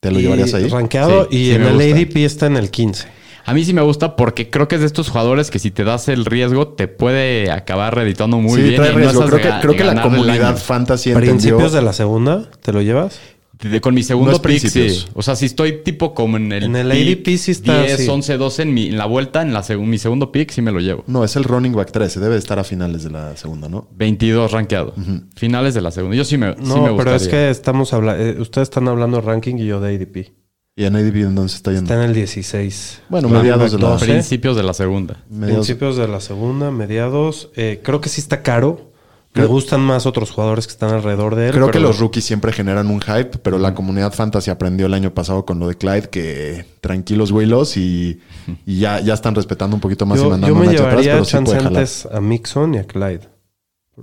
Speaker 2: ¿Te lo
Speaker 4: Y
Speaker 2: llevarías ahí?
Speaker 4: Rankeado
Speaker 3: Sí,
Speaker 4: y
Speaker 3: sí
Speaker 4: en
Speaker 3: me
Speaker 4: el
Speaker 3: gusta.
Speaker 4: ADP está en el 15.
Speaker 3: A mí sí me gusta porque creo que es de estos jugadores que si te das el riesgo te puede acabar reeditando
Speaker 2: sí,
Speaker 3: muy bien.
Speaker 2: trae
Speaker 3: y no
Speaker 2: riesgo.
Speaker 3: estás
Speaker 2: creo que,
Speaker 3: ga-
Speaker 2: creo que la
Speaker 3: ganando el
Speaker 2: comunidad
Speaker 3: año.
Speaker 2: fantasy entendió.
Speaker 4: Principios de la segunda, ¿te lo llevas?
Speaker 3: De- con mi segundo
Speaker 2: No es
Speaker 3: pick, sí.
Speaker 2: principios.
Speaker 3: O sea, si estoy tipo como en el.
Speaker 4: En el
Speaker 3: pick
Speaker 4: ADP sí está
Speaker 3: 10,
Speaker 4: así.
Speaker 3: 11, 12 en, mi, en la vuelta, en la seg- mi segundo pick sí me lo llevo.
Speaker 2: No, es el running back 13. Debe estar a finales de la segunda, ¿no?
Speaker 3: 22 rankeado. Finales de la segunda. Yo sí me, sí
Speaker 4: No,
Speaker 3: me
Speaker 4: pero es
Speaker 3: gustaría.
Speaker 4: que estamos hablando. ustedes están hablando de ranking y yo de ADP.
Speaker 2: Y en ADP entonces está yendo.
Speaker 4: Está en el 16.
Speaker 2: Bueno,
Speaker 4: Running
Speaker 2: mediados de
Speaker 4: back
Speaker 2: la-
Speaker 4: 12.
Speaker 3: Principios de la segunda.
Speaker 2: Mediados-
Speaker 4: Principios de la segunda, mediados. Eh, creo que sí está caro. Me gustan más otros jugadores que están alrededor de él.
Speaker 2: Creo que
Speaker 4: pero-
Speaker 2: los rookies siempre generan un hype, pero la comunidad fantasy aprendió el año pasado con lo de Clyde que tranquilos, güey, los y, y ya, ya están respetando un poquito más y
Speaker 4: Yo, yo
Speaker 2: mandando
Speaker 4: me
Speaker 2: una hacha atrás,
Speaker 4: llevaría
Speaker 2: pero sí
Speaker 4: chance
Speaker 2: puede jalar
Speaker 4: antes a Mixon y a Clyde.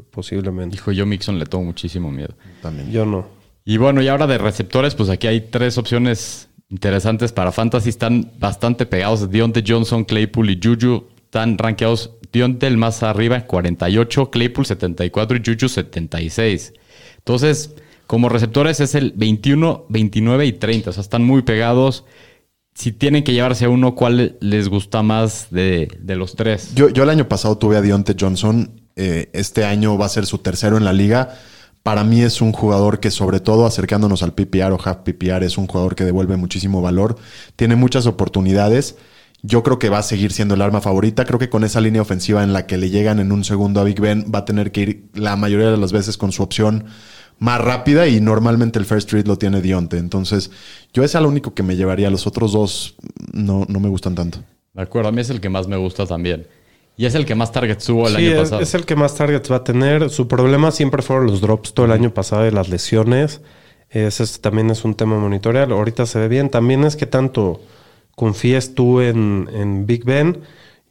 Speaker 4: Posiblemente.
Speaker 3: Hijo, yo Mixon le tengo muchísimo miedo.
Speaker 2: también.
Speaker 4: Yo no.
Speaker 3: Y bueno, y ahora de receptores, pues aquí hay tres opciones interesantes para Fantasy. Están bastante pegados. Deontay Johnson, Claypool y Juju están rankeados. Deontay el más arriba, 48, Claypool 74 y Juju 76. Entonces, como receptores es el 21, 29 y 30. O sea, están muy pegados. Si tienen que llevarse a uno, ¿cuál les gusta más de, de los tres?
Speaker 2: Yo, yo el año pasado tuve a Dionte Johnson. eh, este año va a ser su tercero en la liga. Para mí es un jugador que, sobre todo acercándonos al PPR o half PPR, es un jugador que devuelve muchísimo valor. Tiene muchas oportunidades. Yo creo que va a seguir siendo el arma favorita. Creo que con esa línea ofensiva en la que le llegan en un segundo a Big Ben, va a tener que ir la mayoría de las veces con su opción más rápida y normalmente el first read lo tiene Dionte. Entonces, yo ese es lo único que me llevaría. Los otros dos no, no me gustan tanto.
Speaker 3: De acuerdo, a mí es el que más me gusta también. Y es el que más targets tuvo el
Speaker 4: Sí,
Speaker 3: año
Speaker 4: es-
Speaker 3: pasado.
Speaker 4: Es, el que más targets va a tener. Su problema siempre fueron los drops todo el año pasado y las lesiones. Ese es- también es un tema monitoreal. Ahorita se ve bien. También es que tanto confíes tú en, en Big Ben.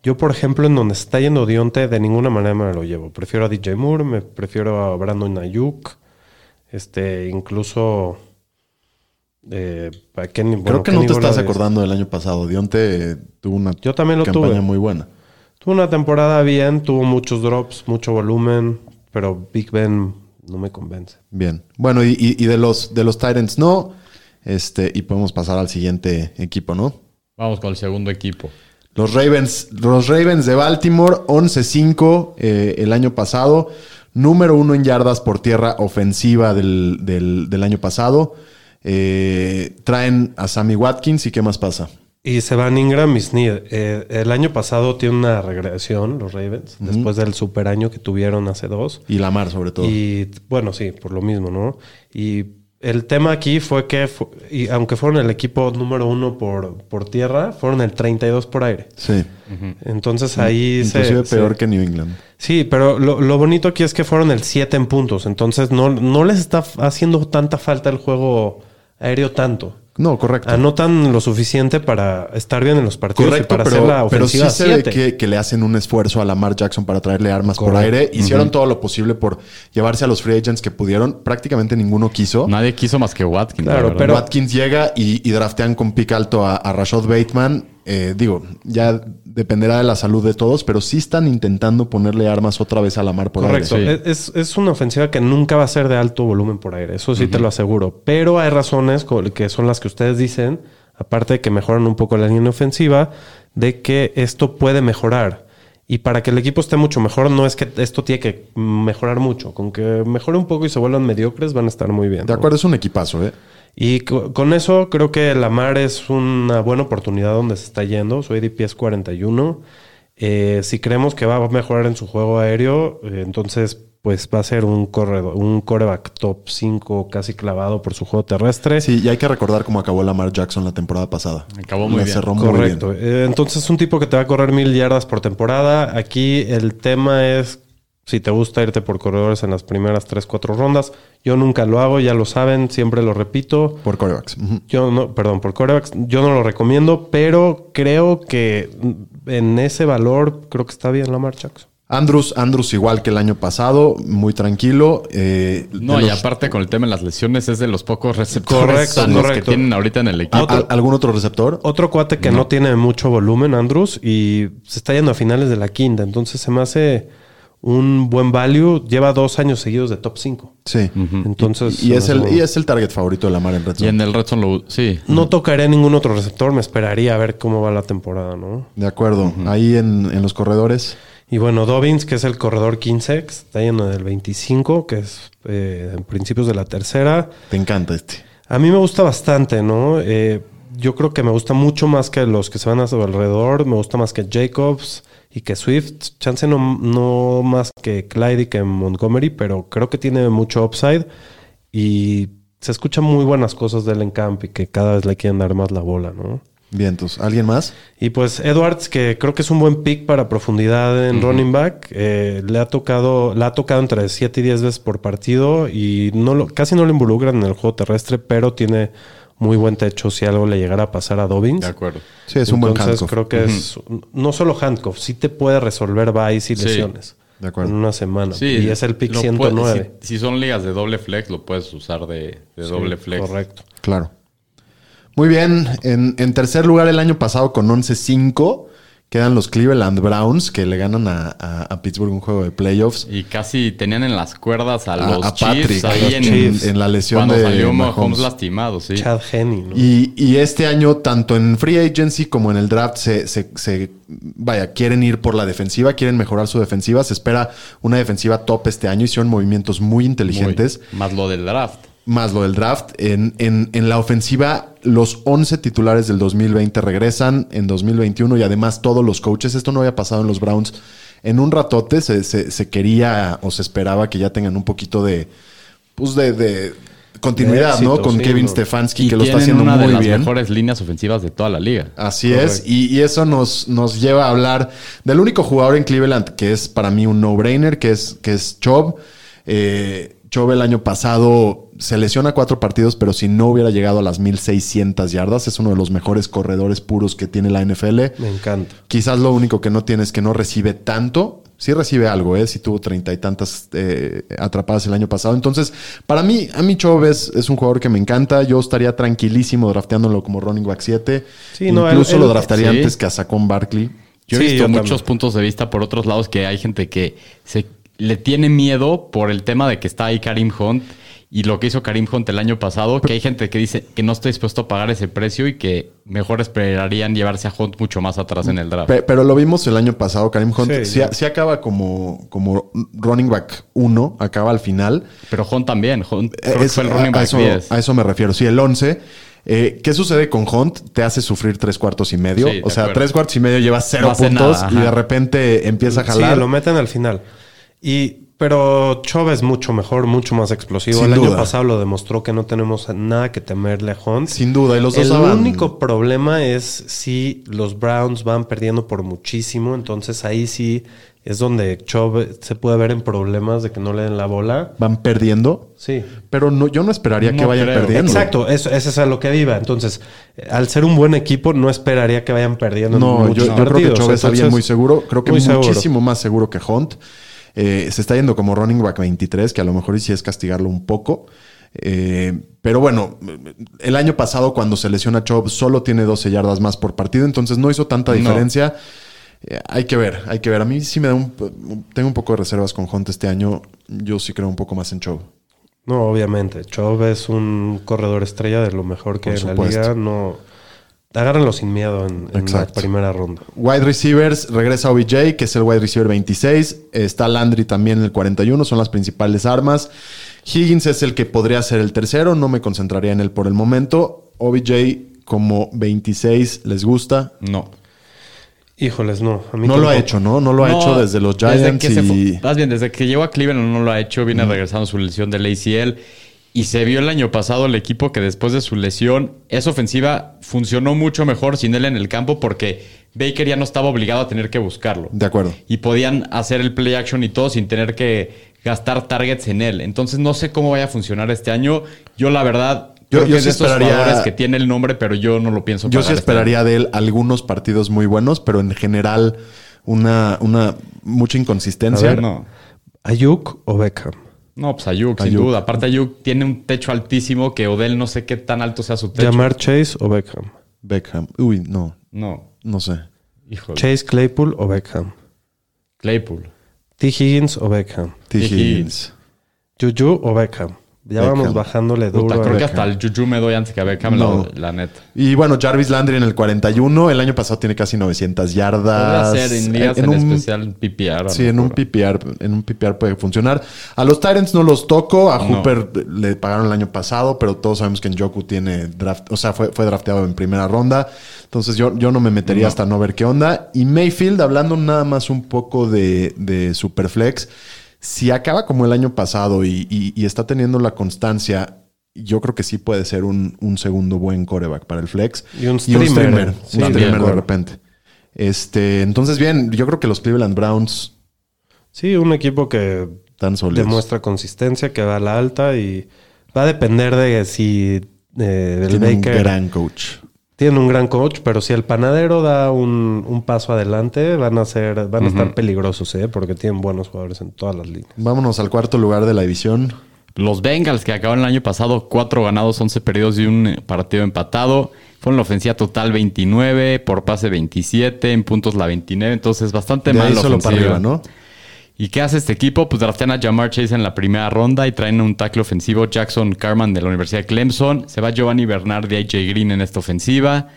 Speaker 4: Yo, por ejemplo, en donde se está yendo Dionte, de ninguna manera me lo llevo. Prefiero a DJ Moore, me prefiero a Brandon Ayuk, este, incluso eh, a Kenny-
Speaker 2: Creo
Speaker 4: bueno,
Speaker 2: que no
Speaker 4: Kenny
Speaker 2: te estás
Speaker 4: Golladay.
Speaker 2: acordando del año pasado. Dionte eh, tuvo una
Speaker 4: Yo también lo
Speaker 2: campaña
Speaker 4: tuve.
Speaker 2: muy buena.
Speaker 4: Tuvo una temporada bien, tuvo muchos drops, mucho volumen, pero Big Ben no me convence.
Speaker 2: Bien. Bueno, y, y- y de los de los Titans no. Este, y podemos pasar al siguiente equipo, ¿no?
Speaker 3: Vamos con el segundo equipo.
Speaker 2: Los Ravens, los Ravens de Baltimore, 11-5 eh, el año pasado. Número uno en yardas por tierra ofensiva del, del- del año pasado. Eh, traen a Sammy Watkins y qué más pasa.
Speaker 4: Y se van Ingram y Sneed. Eh, el año pasado tiene una regresión los Ravens, después del super año que tuvieron hace dos.
Speaker 2: Y Lamar, sobre todo.
Speaker 4: Y t- bueno, sí, por lo mismo, ¿no? Y el tema aquí fue que, fu- y aunque fueron el equipo número uno por, por tierra, fueron el 32 por aire.
Speaker 2: sí.
Speaker 4: Entonces ahí se-
Speaker 2: Inclusive
Speaker 4: se...
Speaker 2: peor que New England.
Speaker 4: Sí, pero lo, lo bonito aquí es que fueron el 7 en puntos. Entonces no, no les está f- haciendo tanta falta el juego aéreo tanto.
Speaker 2: No, correcto.
Speaker 4: Anotan lo suficiente para estar bien en los partidos y
Speaker 2: Correcto,
Speaker 4: para
Speaker 2: pero,
Speaker 4: hacer la
Speaker 2: pero sí
Speaker 4: ofensiva
Speaker 2: se ve
Speaker 4: 7.
Speaker 2: que, que le hacen un esfuerzo a Lamar Jackson para traerle armas por
Speaker 4: Correcto.
Speaker 2: aire. Hicieron todo lo posible por llevarse a los free agents que pudieron. Prácticamente ninguno quiso.
Speaker 3: Nadie quiso más que Watkins. la
Speaker 4: Oh. Claro,
Speaker 3: verdad.
Speaker 4: pero-
Speaker 2: Watkins llega y, y draftean con pick alto a, a Rashad Bateman. Eh, digo, ya dependerá de la salud de todos, pero sí están intentando ponerle armas otra vez a Lamar por
Speaker 4: Correcto.
Speaker 2: aire.
Speaker 3: Sí.
Speaker 4: Es, es una ofensiva que nunca va a ser de alto volumen por aire. Eso sí te lo aseguro. Pero hay razones co- que son las que ustedes dicen, aparte de que mejoran un poco la línea ofensiva, de que esto puede mejorar. Y para que el equipo esté mucho mejor, no es que esto tiene que mejorar mucho. Con que mejore un poco y se vuelvan mediocres, van a estar muy bien.
Speaker 2: De
Speaker 4: ¿no?
Speaker 2: acuerdo, es un equipazo, ¿eh?
Speaker 4: Y co- con eso creo que Lamar es una buena oportunidad donde se está yendo. Su ADP es 41. Eh, si creemos que va a mejorar en su juego aéreo, eh, entonces pues va a ser un corredor, un coreback top 5 casi clavado por su juego terrestre.
Speaker 2: Sí, y hay que recordar cómo acabó Lamar Jackson la temporada pasada.
Speaker 3: Acabó muy
Speaker 2: La
Speaker 3: bien.
Speaker 2: cerró muy
Speaker 4: Correcto.
Speaker 2: bien.
Speaker 4: Eh, entonces un tipo que te va a correr mil yardas por temporada. Aquí el tema es si te gusta irte por corredores en las primeras 3-4 rondas. Yo nunca lo hago, ya lo saben, siempre lo repito.
Speaker 2: Por corebacks. Ujú.
Speaker 4: Yo no, perdón, por corebacks, yo no lo recomiendo, pero creo que en ese valor, creo que está bien Lamar Jackson.
Speaker 2: Andrews, Andrews igual que el año pasado, muy tranquilo. eh,
Speaker 3: No,
Speaker 2: de
Speaker 3: y
Speaker 2: los-
Speaker 3: aparte con el tema de las lesiones es de los pocos receptores
Speaker 4: Correcto,
Speaker 3: sanos que
Speaker 4: correcto.
Speaker 3: tienen ahorita en el
Speaker 2: ¿Al-
Speaker 3: equipo.
Speaker 4: otro-
Speaker 2: al- ¿Algún otro receptor?
Speaker 4: Otro cuate que no. tiene mucho volumen, Andrews, y se está yendo a finales de la quinta. Entonces se me hace un buen value. Lleva dos años seguidos de top 5.
Speaker 2: Sí.
Speaker 4: Entonces.
Speaker 2: Y,
Speaker 4: se
Speaker 2: es
Speaker 4: me hace
Speaker 2: el,
Speaker 4: muy-
Speaker 2: y es el target favorito de la mar en red
Speaker 3: Y
Speaker 2: zone.
Speaker 3: en el Red Zone lo- sí.
Speaker 4: No tocaré ningún otro receptor. Me esperaría a ver cómo va la temporada, ¿no?
Speaker 2: De acuerdo. Ahí en, en los corredores.
Speaker 4: Y bueno, Dobbins, que es el corredor 15, que está yendo del 25, que es eh, en principios de la tercera.
Speaker 2: Te encanta este.
Speaker 4: A mí me gusta bastante, ¿no? Eh, yo creo que me gusta mucho más que los que se van a su alrededor. Me gusta más que Jacobs y que Swift. Chance no, no más que Clyde y que Montgomery, pero creo que tiene mucho upside. Y se escuchan muy buenas cosas de él en camp y que cada vez le quieren dar más la bola, ¿no?
Speaker 2: Vientos. ¿Alguien más?
Speaker 4: Y pues Edwards, que creo que es un buen pick para profundidad en running back, eh, le ha tocado, la ha tocado entre 7 y 10 veces por partido y no lo, casi no lo involucran en el juego terrestre, pero tiene muy buen techo si algo le llegara a pasar a Dobbins.
Speaker 3: De acuerdo.
Speaker 2: Sí, es un buen
Speaker 4: Entonces,
Speaker 2: handcuff.
Speaker 4: creo que es no solo handcuff, sí te puede resolver byes y
Speaker 3: Sí.
Speaker 4: lesiones
Speaker 2: De acuerdo.
Speaker 4: en una semana.
Speaker 3: Sí,
Speaker 4: y es el pick
Speaker 3: lo
Speaker 4: 109.
Speaker 3: puede- si, si son ligas de doble flex, lo puedes usar de, de doble flex.
Speaker 4: Correcto.
Speaker 2: Claro. Muy bien. En, en tercer lugar el año pasado con 11-5 quedan los Cleveland Browns que le ganan a, a- a Pittsburgh un juego de playoffs.
Speaker 3: Y casi tenían en las cuerdas a
Speaker 2: A-
Speaker 3: los
Speaker 2: a
Speaker 3: Chiefs
Speaker 2: Patrick, a
Speaker 3: ahí
Speaker 2: los
Speaker 3: en,
Speaker 2: Chiefs, en la lesión
Speaker 3: cuando
Speaker 2: de
Speaker 3: salió Mahomes,
Speaker 2: Mahomes.
Speaker 3: lastimado, sí.
Speaker 4: Chad Henning. ¿no?
Speaker 2: Y, y este año, tanto en free agency como en el draft, se, se- se- vaya, quieren ir por la defensiva, quieren mejorar su defensiva. Se espera una defensiva top este año. Hicieron movimientos muy
Speaker 3: Muy-
Speaker 2: inteligentes.
Speaker 3: más lo del draft.
Speaker 2: más lo del draft. En, en- en la ofensiva, los 11 titulares del 2020 regresan en 2021 y además todos los coaches. Esto no había pasado en los Browns. En un ratote se, se- se quería o se esperaba que ya tengan un poquito de, pues de, de continuidad,
Speaker 4: De éxito,
Speaker 2: ¿no? Con
Speaker 4: sí,
Speaker 2: Kevin
Speaker 4: ¿no?
Speaker 2: Stefanski,
Speaker 3: Y
Speaker 2: que lo está
Speaker 3: tienen
Speaker 2: haciendo
Speaker 3: una de
Speaker 2: muy
Speaker 3: las
Speaker 2: bien.
Speaker 3: mejores líneas ofensivas de toda la liga.
Speaker 2: Así es, y, y eso nos, nos lleva a hablar del único jugador en Cleveland que es para mí un no-brainer, que es, que es Chubb. Eh, Chubb el año pasado se lesiona cuatro partidos, pero si no hubiera llegado a las 1600 yardas, es uno de los mejores corredores puros que tiene la NFL.
Speaker 4: Me encanta.
Speaker 2: Quizás lo único que no tiene es que no recibe tanto. Sí recibe algo, ¿eh? Sí tuvo treinta y tantas eh, atrapadas el año pasado. Entonces, para mí, a mí Chubb es, es un jugador que me encanta. Yo estaría tranquilísimo drafteándolo como running back 7.
Speaker 4: Sí, no,
Speaker 2: Incluso
Speaker 4: él- él-
Speaker 2: lo draftaría
Speaker 3: sí.
Speaker 2: antes que a Saquon Barkley.
Speaker 3: Yo he
Speaker 4: Sí,
Speaker 3: visto
Speaker 4: yo
Speaker 3: muchos
Speaker 4: también.
Speaker 3: puntos de vista por otros lados que hay gente que se le tiene miedo por el tema de que está ahí Karim Hunt y lo que hizo Karim Hunt el año pasado, que hay gente que dice que no está dispuesto a pagar ese precio y que mejor esperarían llevarse a Hunt mucho más atrás en el draft.
Speaker 2: Pe- pero lo vimos el año pasado, Karim Hunt. Sí,
Speaker 4: Sí,
Speaker 2: a- sí acaba como, como running back 1, acaba al final.
Speaker 3: Pero Hunt también, Hunt creo que
Speaker 2: Eh, Es-
Speaker 3: fue el running
Speaker 2: a-
Speaker 3: back
Speaker 2: a, eso,
Speaker 3: 10.
Speaker 2: a eso me refiero. Sí, el 11. Eh, ¿Qué sucede con Hunt? Te hace sufrir tres cuartos y medio.
Speaker 3: Sí, de
Speaker 2: o sea,
Speaker 3: acuerdo.
Speaker 2: tres cuartos y medio lleva cero
Speaker 3: No hace
Speaker 2: puntos
Speaker 3: nada,
Speaker 2: y
Speaker 3: ajá.
Speaker 2: de repente empieza a jalar.
Speaker 4: Sí, lo meten al final. Y, pero Chove es mucho mejor, mucho más explosivo.
Speaker 2: Sin
Speaker 4: el
Speaker 2: duda.
Speaker 4: año pasado lo demostró que no tenemos nada que temerle a Hunt.
Speaker 2: Sin duda, y los dos
Speaker 4: el
Speaker 2: daban-
Speaker 4: único problema es si los Browns van perdiendo por muchísimo. Entonces ahí sí es donde Chove se puede ver en problemas de que no le den la bola.
Speaker 2: Van perdiendo.
Speaker 4: Sí.
Speaker 2: Pero no, yo no esperaría que
Speaker 3: No
Speaker 2: vayan
Speaker 3: creo.
Speaker 2: perdiendo.
Speaker 4: Exacto, eso, eso es a lo que iba. Entonces, eh, al ser un buen equipo, no esperaría que vayan perdiendo. en
Speaker 2: No, yo,
Speaker 4: muchos
Speaker 2: yo creo que
Speaker 4: partidos.
Speaker 2: Chubb es alguien
Speaker 4: Entonces,
Speaker 2: muy seguro. Creo que
Speaker 4: muy seguro.
Speaker 2: muchísimo más seguro que Hunt. Eh, se está yendo como running back 23, que a lo mejor y sí es castigarlo un poco. Eh, pero bueno, el año pasado cuando se lesiona Chubb solo tiene 12 yardas más por partido, entonces no hizo tanta
Speaker 3: No.
Speaker 2: diferencia. Eh, hay que ver, hay que ver. A mí sí me da un... Tengo un poco de reservas con Hunt este año. Yo sí creo un poco más en Chubb.
Speaker 4: No, obviamente. Chubb es un corredor estrella de lo mejor que
Speaker 2: Por
Speaker 4: en la
Speaker 2: supuesto.
Speaker 4: liga. No, agárrenlo sin miedo en, en la
Speaker 2: Exacto.
Speaker 4: primera ronda.
Speaker 2: Wide receivers, regresa OBJ, que es el wide receiver 26. Está Landry también en el 41, son las principales armas. Higgins es el que podría ser el tercero, no me concentraría en él por el momento. OBJ como 26, ¿les gusta?
Speaker 3: No.
Speaker 4: Híjoles, no. A mí
Speaker 2: No lo ha
Speaker 4: tampoco.
Speaker 2: hecho, ¿no? No lo ha
Speaker 3: No,
Speaker 2: hecho desde los
Speaker 3: desde
Speaker 2: Giants
Speaker 3: que se fu-
Speaker 2: y...
Speaker 3: más bien, desde que llegó a Cleveland no lo ha hecho. Viene regresando su lesión del ACL. Y se vio el año pasado el equipo que después de su lesión, esa ofensiva funcionó mucho mejor sin él en el campo porque Baker ya no estaba obligado a tener que buscarlo.
Speaker 2: De acuerdo.
Speaker 3: Y podían hacer el play action y todo sin tener que gastar targets en él. Entonces no sé cómo vaya a funcionar este año. Yo la verdad,
Speaker 2: Yo-
Speaker 3: creo
Speaker 2: yo
Speaker 3: que es
Speaker 2: sí
Speaker 3: de esos
Speaker 2: esperaría-
Speaker 3: jugadores que tiene el nombre, pero yo no lo pienso
Speaker 2: Yo
Speaker 3: pagar
Speaker 2: sí
Speaker 3: este año.
Speaker 2: esperaría de él algunos partidos muy buenos, pero en general una, una mucha inconsistencia.
Speaker 4: A ver.
Speaker 8: No.
Speaker 4: ¿Ayuk o Beckham?
Speaker 3: No, pues Ayuk, sin
Speaker 2: Ayuk.
Speaker 3: duda. Aparte, Ayuk tiene un techo altísimo que Odell no sé qué tan alto sea su techo.
Speaker 4: ¿Llamar Chase o Beckham?
Speaker 2: Beckham. Uy, no,
Speaker 3: No,
Speaker 2: no sé.
Speaker 3: híjole.
Speaker 4: ¿Chase Claypool o Beckham?
Speaker 3: Claypool.
Speaker 4: ¿T. Higgins o Beckham?
Speaker 2: T.
Speaker 3: T.
Speaker 2: Higgins.
Speaker 3: Higgins.
Speaker 4: ¿Juju o Beckham? Ya
Speaker 2: Beckham.
Speaker 4: vamos bajándole duro.
Speaker 3: Puta,
Speaker 4: a
Speaker 3: creo que
Speaker 4: Beckham.
Speaker 3: hasta el Juju me doy antes que a Beckham,
Speaker 2: No.
Speaker 3: la, la neta.
Speaker 2: Y bueno, Jarvis Landry en el 41. El año pasado tiene casi 900
Speaker 3: Podría
Speaker 2: yardas.
Speaker 3: ser en ligas
Speaker 2: Eh,
Speaker 3: en,
Speaker 2: un-
Speaker 3: especial en PPR.
Speaker 2: Sí, en un
Speaker 3: PPR.
Speaker 2: PPR, en un PPR puede funcionar. A los Tyrants no los toco. A Hooper le pagaron el año pasado, pero todos sabemos que en Joku tiene draft, o sea, fue, fue drafteado en primera ronda. Entonces yo, yo no me metería hasta no ver qué onda. Y Mayfield, hablando nada más un poco de, de Superflex, si acaba como el año pasado y, y- y está teniendo la constancia. Yo creo que sí puede ser un, un segundo buen coreback para el flex.
Speaker 4: Y un streamer.
Speaker 2: streamer,
Speaker 4: Sí,
Speaker 2: un streamer
Speaker 4: de
Speaker 2: de
Speaker 4: acuerdo.
Speaker 2: repente. Este, entonces, bien, yo creo que los Cleveland Browns
Speaker 4: Sí, un equipo que
Speaker 2: tan sólidos.
Speaker 4: demuestra consistencia, que va a la alta y va a depender de si eh, el
Speaker 2: Tiene un
Speaker 4: Baker
Speaker 2: gran coach.
Speaker 4: tiene un gran coach, pero si el panadero da un, un paso adelante, van a ser, van a estar peligrosos, ¿eh? porque tienen buenos jugadores en todas las líneas.
Speaker 2: Vámonos al cuarto lugar de la división.
Speaker 3: Los Bengals que acabaron el año pasado, 4 ganados, 11 perdidos y un eh, partido empatado. Fueron la ofensiva total 29, por pase 27, en puntos la 29. Entonces, bastante
Speaker 2: De
Speaker 3: mal
Speaker 2: ahí
Speaker 3: la
Speaker 2: solo para
Speaker 3: ofensiva.
Speaker 2: arriba, ¿no?
Speaker 3: ¿Y qué hace este equipo? Pues draftean a Jamar Chase en la primera ronda y traen un tackle ofensivo Jackson Carman de la Universidad de Clemson. Se va Giovanni Bernard y AJ Green en esta ofensiva.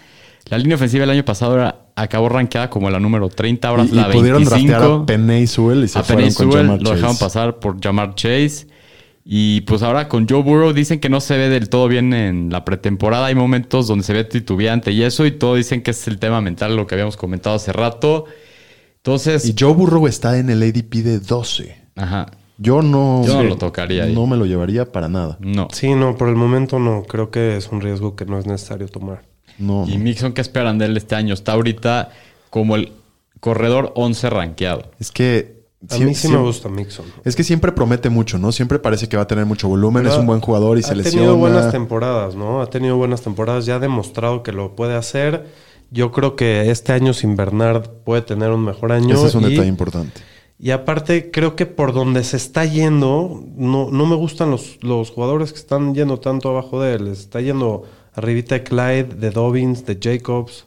Speaker 3: La línea ofensiva el año pasado era- acabó rankeada como la número 30, ahora es
Speaker 2: Y, y
Speaker 3: la
Speaker 2: pudieron
Speaker 3: 25.
Speaker 2: draftear a Penny Sewell y se
Speaker 3: a
Speaker 2: fueron
Speaker 3: Penny
Speaker 2: con
Speaker 3: Sewell
Speaker 2: Jamar
Speaker 3: lo dejaron
Speaker 2: Chase.
Speaker 3: pasar por Jamar Chase. Y pues ahora con Joe Burrow dicen que no se ve del todo bien en la pretemporada. Hay momentos donde se ve titubeante y eso. Y todo dicen que es el tema mental, lo que habíamos comentado hace rato. Entonces,
Speaker 2: Y Joe Burrow está en el ADP de 12.
Speaker 3: ajá,
Speaker 2: Yo no,
Speaker 3: Yo no lo tocaría ahí.
Speaker 2: No me lo llevaría para nada.
Speaker 3: no.
Speaker 4: Sí, no, por el momento no. Creo que es un riesgo que no es necesario tomar.
Speaker 2: No.
Speaker 3: Y Mixon, ¿qué esperan de él este año? Está ahorita como el corredor 11 rankeado.
Speaker 2: Es que.
Speaker 4: A
Speaker 2: sí-
Speaker 4: mí sí
Speaker 2: sí-
Speaker 4: me gusta Mixon.
Speaker 2: Es que siempre promete mucho, ¿no? Siempre parece que va a tener mucho volumen, es un buen jugador y se
Speaker 4: Ha tenido
Speaker 2: lesiona.
Speaker 4: buenas temporadas, ¿no? Ha tenido buenas temporadas, ya ha demostrado que lo puede hacer. Yo creo que este año sin Bernard puede tener un mejor año.
Speaker 2: Ese es un
Speaker 4: y-
Speaker 2: detalle importante.
Speaker 4: Y aparte, creo que por donde se está yendo, no, no me gustan los, los jugadores que están yendo tanto abajo de él. Está yendo arribita de Clyde, de Dobbins, de Jacobs,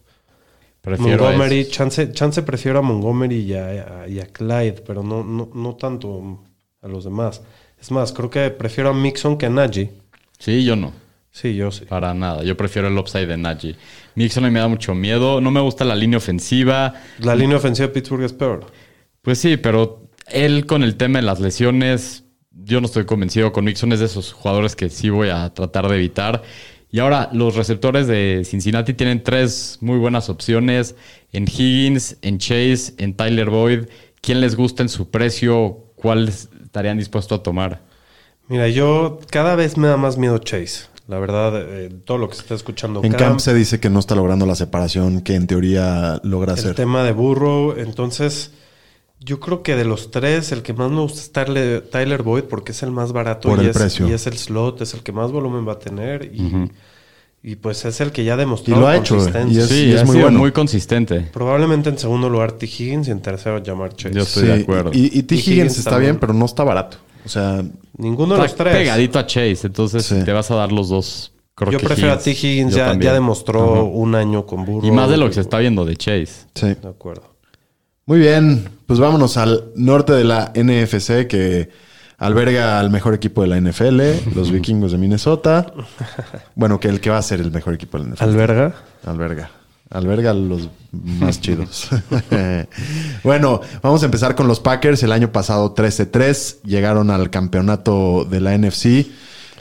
Speaker 3: Prefiero a
Speaker 4: Montgomery.
Speaker 3: esos.
Speaker 4: Chance, chance prefiero a Montgomery y a, a- y a Clyde, pero no, no, no tanto a los demás. Es más, creo que prefiero a Mixon que a Najee.
Speaker 3: Sí, yo no.
Speaker 4: Sí, yo sí.
Speaker 3: Para nada. Yo prefiero el upside de Najee. Mixon a mí me da mucho miedo. No me gusta la línea ofensiva.
Speaker 4: La línea ofensiva de Pittsburgh es peor.
Speaker 3: Pues sí, pero él con el tema de las lesiones, yo no estoy convencido con Mixon. Es de esos jugadores que sí voy a tratar de evitar. Y ahora los receptores de Cincinnati tienen tres muy buenas opciones. En Higgins, en Chase, en Tyler Boyd. ¿Quién les gusta en su precio? ¿Cuál estarían dispuestos a tomar?
Speaker 4: Mira, yo cada vez me da más miedo Chase. La verdad, eh, todo lo que se está escuchando.
Speaker 2: En
Speaker 4: Cam,
Speaker 2: camp se dice que no está logrando la separación que en teoría logra
Speaker 4: el
Speaker 2: hacer.
Speaker 4: tema de Burrow. Entonces, yo creo que de los tres, el que más me gusta es Tyler, Tyler Boyd porque es el más barato
Speaker 2: Por
Speaker 4: y,
Speaker 2: el
Speaker 4: es,
Speaker 2: precio.
Speaker 4: y es el slot, es el que más volumen va a tener y, y, pues es el que ya ha
Speaker 2: Y
Speaker 4: demostrado
Speaker 2: lo ha hecho. eh, Y
Speaker 4: consistencia.
Speaker 2: es,
Speaker 3: sí,
Speaker 2: y es
Speaker 3: ha
Speaker 2: muy
Speaker 3: sido
Speaker 2: bueno.
Speaker 3: muy consistente.
Speaker 4: Probablemente en segundo lugar T. Higgins y en tercero Jamar Chase.
Speaker 3: Yo estoy de acuerdo.
Speaker 2: Y, y T.
Speaker 4: Y
Speaker 2: Higgins,
Speaker 4: Higgins
Speaker 2: está
Speaker 4: también.
Speaker 2: bien, pero no está barato. O sea,
Speaker 4: Ninguno de
Speaker 3: Está
Speaker 4: los tres.
Speaker 3: pegadito a Chase, entonces
Speaker 2: Sí.
Speaker 3: te vas a dar los dos. Creo
Speaker 4: Yo
Speaker 3: que
Speaker 4: prefiero a T. Higgins,
Speaker 3: yo
Speaker 4: ya,
Speaker 3: también.
Speaker 4: ya demostró un año con Burrow.
Speaker 3: Y más de lo que se está viendo de Chase.
Speaker 2: sí.
Speaker 4: De acuerdo.
Speaker 2: Muy bien, pues vámonos al norte de la NFC que alberga al mejor equipo de la NFL, los vikingos de Minnesota. Bueno, que el que va a ser el mejor equipo de la NFL.
Speaker 4: Alberga.
Speaker 2: Alberga. Alberga los más chidos. bueno, vamos a empezar con los Packers. El año pasado 13-3 llegaron al campeonato de la NFC.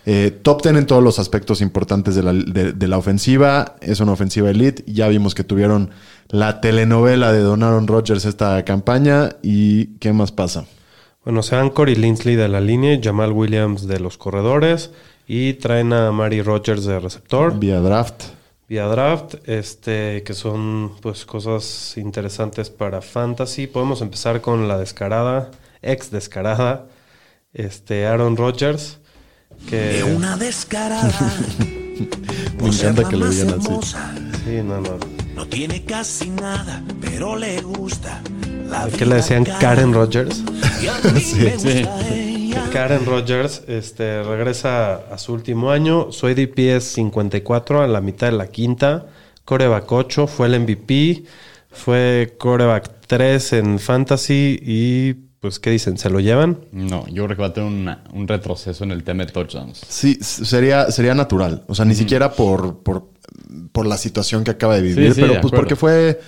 Speaker 2: Eh, top 10 en todos los aspectos importantes de la, de- de la ofensiva. Es una ofensiva elite. Ya vimos que tuvieron la telenovela de Donaron Rodgers esta campaña. ¿Y qué más pasa?
Speaker 4: Bueno, se van Corey Linsley de la línea, y Jamal Williams de los corredores y traen a Mary Rogers de receptor
Speaker 2: Vía draft.
Speaker 4: vía draft, este, que son pues cosas interesantes para fantasy. Podemos empezar con la descarada, ex descarada, este Aaron Rodgers, que
Speaker 9: Una descarada.
Speaker 2: Me encanta que lo digan así.
Speaker 4: sí, no, no.
Speaker 9: No tiene casi nada, pero le gusta
Speaker 4: que le decían Karen Rogers.
Speaker 2: Sí,
Speaker 3: Sí.
Speaker 4: Karen Rogers este, regresa a su último año. Su ADP es 54 a la mitad de la quinta. Coreback 8 fue el MVP. Fue coreback 3 en Fantasy. Y pues, ¿qué dicen? ¿Se lo llevan?
Speaker 3: No, yo creo que va a tener una- un retroceso en el tema de touchdowns.
Speaker 2: Sí, s- sería, sería natural. O sea, ni siquiera por, por, por la situación que acaba de vivir,
Speaker 3: sí,
Speaker 2: pero
Speaker 3: de
Speaker 2: pues
Speaker 3: acuerdo.
Speaker 2: porque fue.